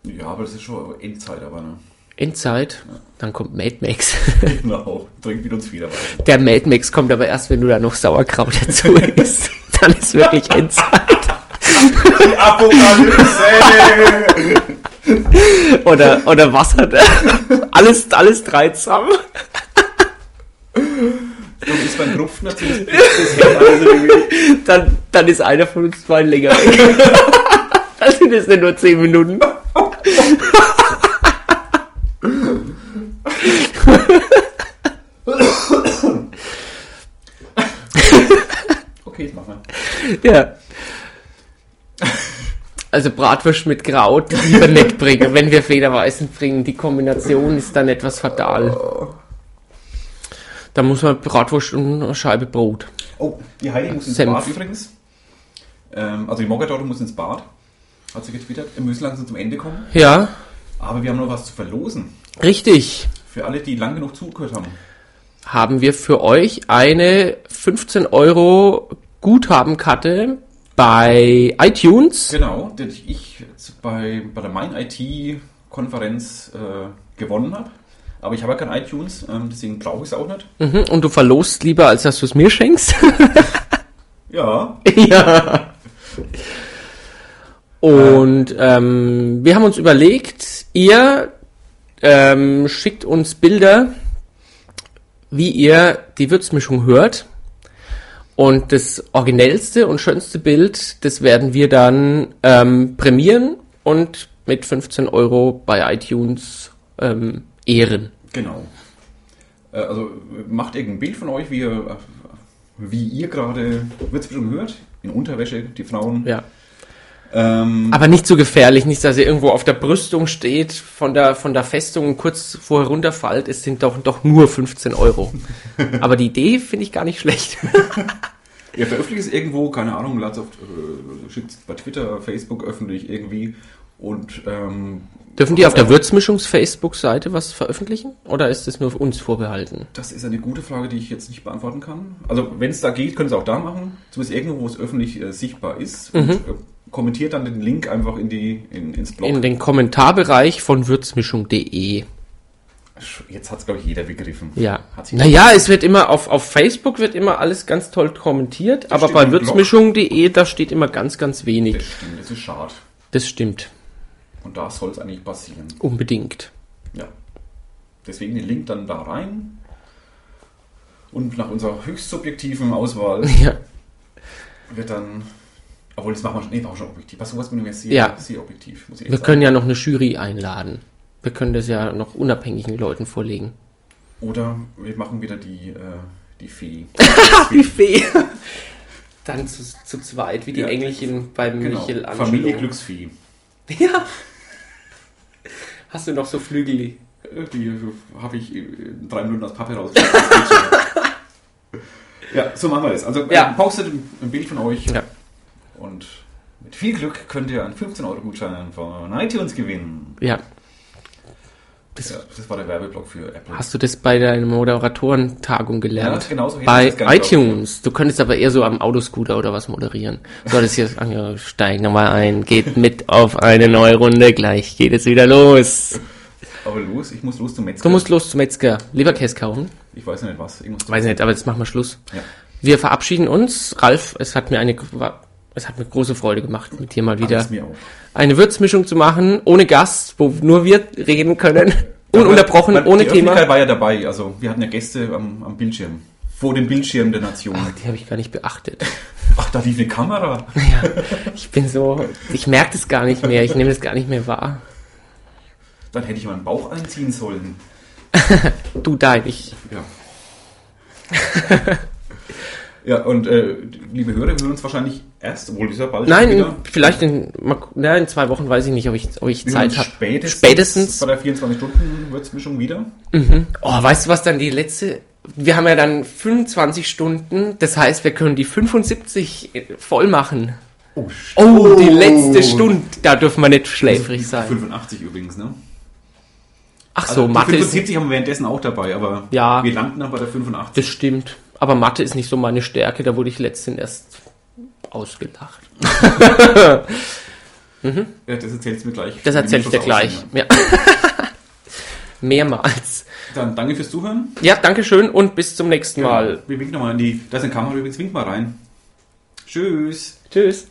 Speaker 2: Ja, aber das ist schon Endzeit, aber ne?
Speaker 1: Endzeit. Dann kommt Mad Max.
Speaker 2: genau. Trinkt mit uns wieder weiter.
Speaker 1: Der Mad Max kommt aber erst, wenn du da noch Sauerkraut dazu isst. Dann ist wirklich Endzeit.
Speaker 2: Die Apokalypse!
Speaker 1: Oder, oder Wasser. Alles, alles drei zusammen.
Speaker 2: du bist beim Rupfen natürlich. Das also Hemd alles irgendwie-
Speaker 1: Dann, dann ist einer von uns zwei länger weg. Dann sind es nicht nur zehn Minuten.
Speaker 2: Okay, ich mach mal.
Speaker 1: Ja. Also Bratwurst mit Kraut lieber nicht bringen, wenn wir Federweißen bringen. Die Kombination ist dann etwas fatal. Da muss man Bratwurst und eine Scheibe Brot.
Speaker 2: Oh, die Heidi muss ins
Speaker 1: Senf.
Speaker 2: Bad übrigens. Ähm, also die Mogadoro muss ins Bad. Hat sie getwittert. Wir müssen langsam zum Ende kommen.
Speaker 1: Ja,
Speaker 2: Aber wir haben noch was zu verlosen.
Speaker 1: richtig.
Speaker 2: Für alle, die lang genug zugehört haben.
Speaker 1: Haben wir für euch eine 15 Euro Guthabenkarte bei iTunes.
Speaker 2: Genau, den ich jetzt bei, bei der Main IT-Konferenz äh, gewonnen habe. Aber ich habe ja kein iTunes, ähm, deswegen brauche ich es auch nicht.
Speaker 1: Mhm, und du verlost lieber, als dass du es mir schenkst.
Speaker 2: Ja,
Speaker 1: ja. Und ähm, wir haben uns überlegt, ihr ähm, schickt uns Bilder, wie ihr die Würzmischung hört. Und das originellste und schönste Bild, das werden wir dann ähm, prämieren und mit 15 Euro bei iTunes ähm, ehren.
Speaker 2: genau. Äh, also äh, macht irgendein Bild von euch, wie ihr, äh, wie ihr gerade, wird es bestimmt gehört, in Unterwäsche, die Frauen.
Speaker 1: Ja.
Speaker 2: Ähm,
Speaker 1: Aber nicht so gefährlich, nicht, dass ihr irgendwo auf der Brüstung steht, von der, von der Festung und kurz vorher runterfällt. Es sind doch, doch nur 15 Euro. Aber die Idee finde ich gar nicht schlecht.
Speaker 2: ihr veröffentlicht es irgendwo, keine Ahnung, lad's auf, äh, schickt es bei Twitter, Facebook öffentlich irgendwie. Und ähm,
Speaker 1: Dürfen die auf der Würzmischungs-Facebook-Seite was veröffentlichen? Oder ist es nur uns vorbehalten?
Speaker 2: Das ist eine gute Frage, die ich jetzt nicht beantworten kann. Also, wenn es da geht, können Sie auch da machen. Zumindest irgendwo, wo es öffentlich äh, sichtbar ist.
Speaker 1: Mhm.
Speaker 2: Und äh, kommentiert dann den Link einfach in die, in, ins Blog.
Speaker 1: In den Kommentarbereich von würzmischung.de.
Speaker 2: jetzt hat es, glaube ich, jeder begriffen.
Speaker 1: Ja.
Speaker 2: Hat sich
Speaker 1: Naja, es wird immer auf, auf Facebook wird immer alles ganz toll kommentiert, aber
Speaker 2: steht
Speaker 1: bei
Speaker 2: im Blog.
Speaker 1: würzmischung.de, da steht immer ganz, ganz
Speaker 2: das
Speaker 1: wenig.
Speaker 2: stimmt, das ist schade.
Speaker 1: Das stimmt.
Speaker 2: Und da soll es eigentlich passieren.
Speaker 1: Unbedingt.
Speaker 2: Ja. Deswegen den Link dann da rein. Und nach unserer höchst subjektiven Auswahl
Speaker 1: Ja.
Speaker 2: wird dann. Obwohl, das machen wir schon. Nee, war schon objektiv. Was sowas mit dem sehr,
Speaker 1: Ja.
Speaker 2: sehr objektiv, muss ich
Speaker 1: Wir
Speaker 2: jetzt
Speaker 1: können ja noch eine Jury einladen. Wir können das ja noch unabhängigen Leuten vorlegen.
Speaker 2: sagen. Oder wir machen wieder die, äh, die Fee.
Speaker 1: Wie Fee. Dann zu, zu zweit, wie die
Speaker 2: Ja.
Speaker 1: Engelchen beim
Speaker 2: Genau.
Speaker 1: Michelangelo.
Speaker 2: Familie Glücksfee.
Speaker 1: Ja. Hast du noch so Flügel?
Speaker 2: Äh, Die habe ich in drei Minuten aus Pappe rausgeschickt. ja, so machen wir das. Also äh,
Speaker 1: Ja.
Speaker 2: postet ein ein Bild von euch
Speaker 1: Ja.
Speaker 2: und mit viel Glück könnt ihr einen 15-Euro-Gutschein von iTunes gewinnen.
Speaker 1: Ja.
Speaker 2: Ja, das war der Werbeblock für Apple.
Speaker 1: Hast du das bei deiner Moderatoren-Tagung gelernt?
Speaker 2: Ja, genauso hätte ich
Speaker 1: bei
Speaker 2: das gerne
Speaker 1: iTunes. Du könntest aber eher so am Autoscooter oder was moderieren. So, das hier ist Steig nochmal ein, geht mit auf eine neue Runde, gleich geht es wieder los.
Speaker 2: Aber los, ich muss los zum Metzger.
Speaker 1: Du musst los zum Metzger. Leberkäse kaufen?
Speaker 2: ich weiß nicht was. Ich muss
Speaker 1: Weiß nicht, aber jetzt machen wir Schluss.
Speaker 2: Ja.
Speaker 1: Wir verabschieden uns. Ralf, es hat mir eine, es hat mir große Freude gemacht, mit dir mal wieder
Speaker 2: Alles mir auf.
Speaker 1: eine Würzmischung zu machen, ohne Gast, wo nur wir reden können, ununterbrochen,
Speaker 2: Man-
Speaker 1: ohne
Speaker 2: die
Speaker 1: Thema.
Speaker 2: Öffentlichkeit war ja dabei. Also wir hatten ja Gäste am, am Bildschirm. Vor dem Bildschirm der Nation.
Speaker 1: Ach, die habe ich gar nicht beachtet.
Speaker 2: Ach, da lief eine Kamera.
Speaker 1: Ich bin so, ich merke das gar nicht mehr, ich nehme das gar nicht mehr wahr.
Speaker 2: Dann hätte ich meinen Bauch einziehen sollen.
Speaker 1: Du dein, ich.
Speaker 2: Ja. ja, und äh, liebe Hörer, wir hören uns wahrscheinlich erst, obwohl dieser bald
Speaker 1: Nein,
Speaker 2: wieder.
Speaker 1: in, vielleicht in, mal gu- na, in zwei Wochen weiß ich nicht, ob ich, ob ich
Speaker 2: Wir hören uns
Speaker 1: Zeit habe.
Speaker 2: Spätestens,
Speaker 1: Spätestens.
Speaker 2: bei der 24-Stunden-Würzmischung wieder.
Speaker 1: Oh, weißt du, was dann die letzte. Wir haben ja dann 25 Stunden, das heißt, wir können die 75 voll machen.
Speaker 2: Oh,
Speaker 1: Oh, die letzte Stunde, da dürfen wir nicht schläfrig sein.
Speaker 2: 85 übrigens, ne?
Speaker 1: Ach
Speaker 2: Also
Speaker 1: so,
Speaker 2: die
Speaker 1: Mathe ist.
Speaker 2: 75 haben wir währenddessen auch dabei, aber
Speaker 1: Ja.
Speaker 2: wir landen dann bei der 85.
Speaker 1: Das stimmt. Aber Mathe ist nicht so meine Stärke, da wurde ich letztens erst ausgelacht.
Speaker 2: Ja, das erzählst du mir gleich.
Speaker 1: Das
Speaker 2: Wenn
Speaker 1: erzähle ich
Speaker 2: wir
Speaker 1: dir
Speaker 2: Schluss
Speaker 1: gleich.
Speaker 2: aufnehmen.
Speaker 1: Ja. Mehrmals.
Speaker 2: Dann danke fürs Zuhören.
Speaker 1: Ja, Dankeschön und bis zum nächsten Mal.
Speaker 2: Wir winken nochmal in die. Da ist eine Kamera übrigens, wink mal rein. Tschüss.
Speaker 1: Tschüss.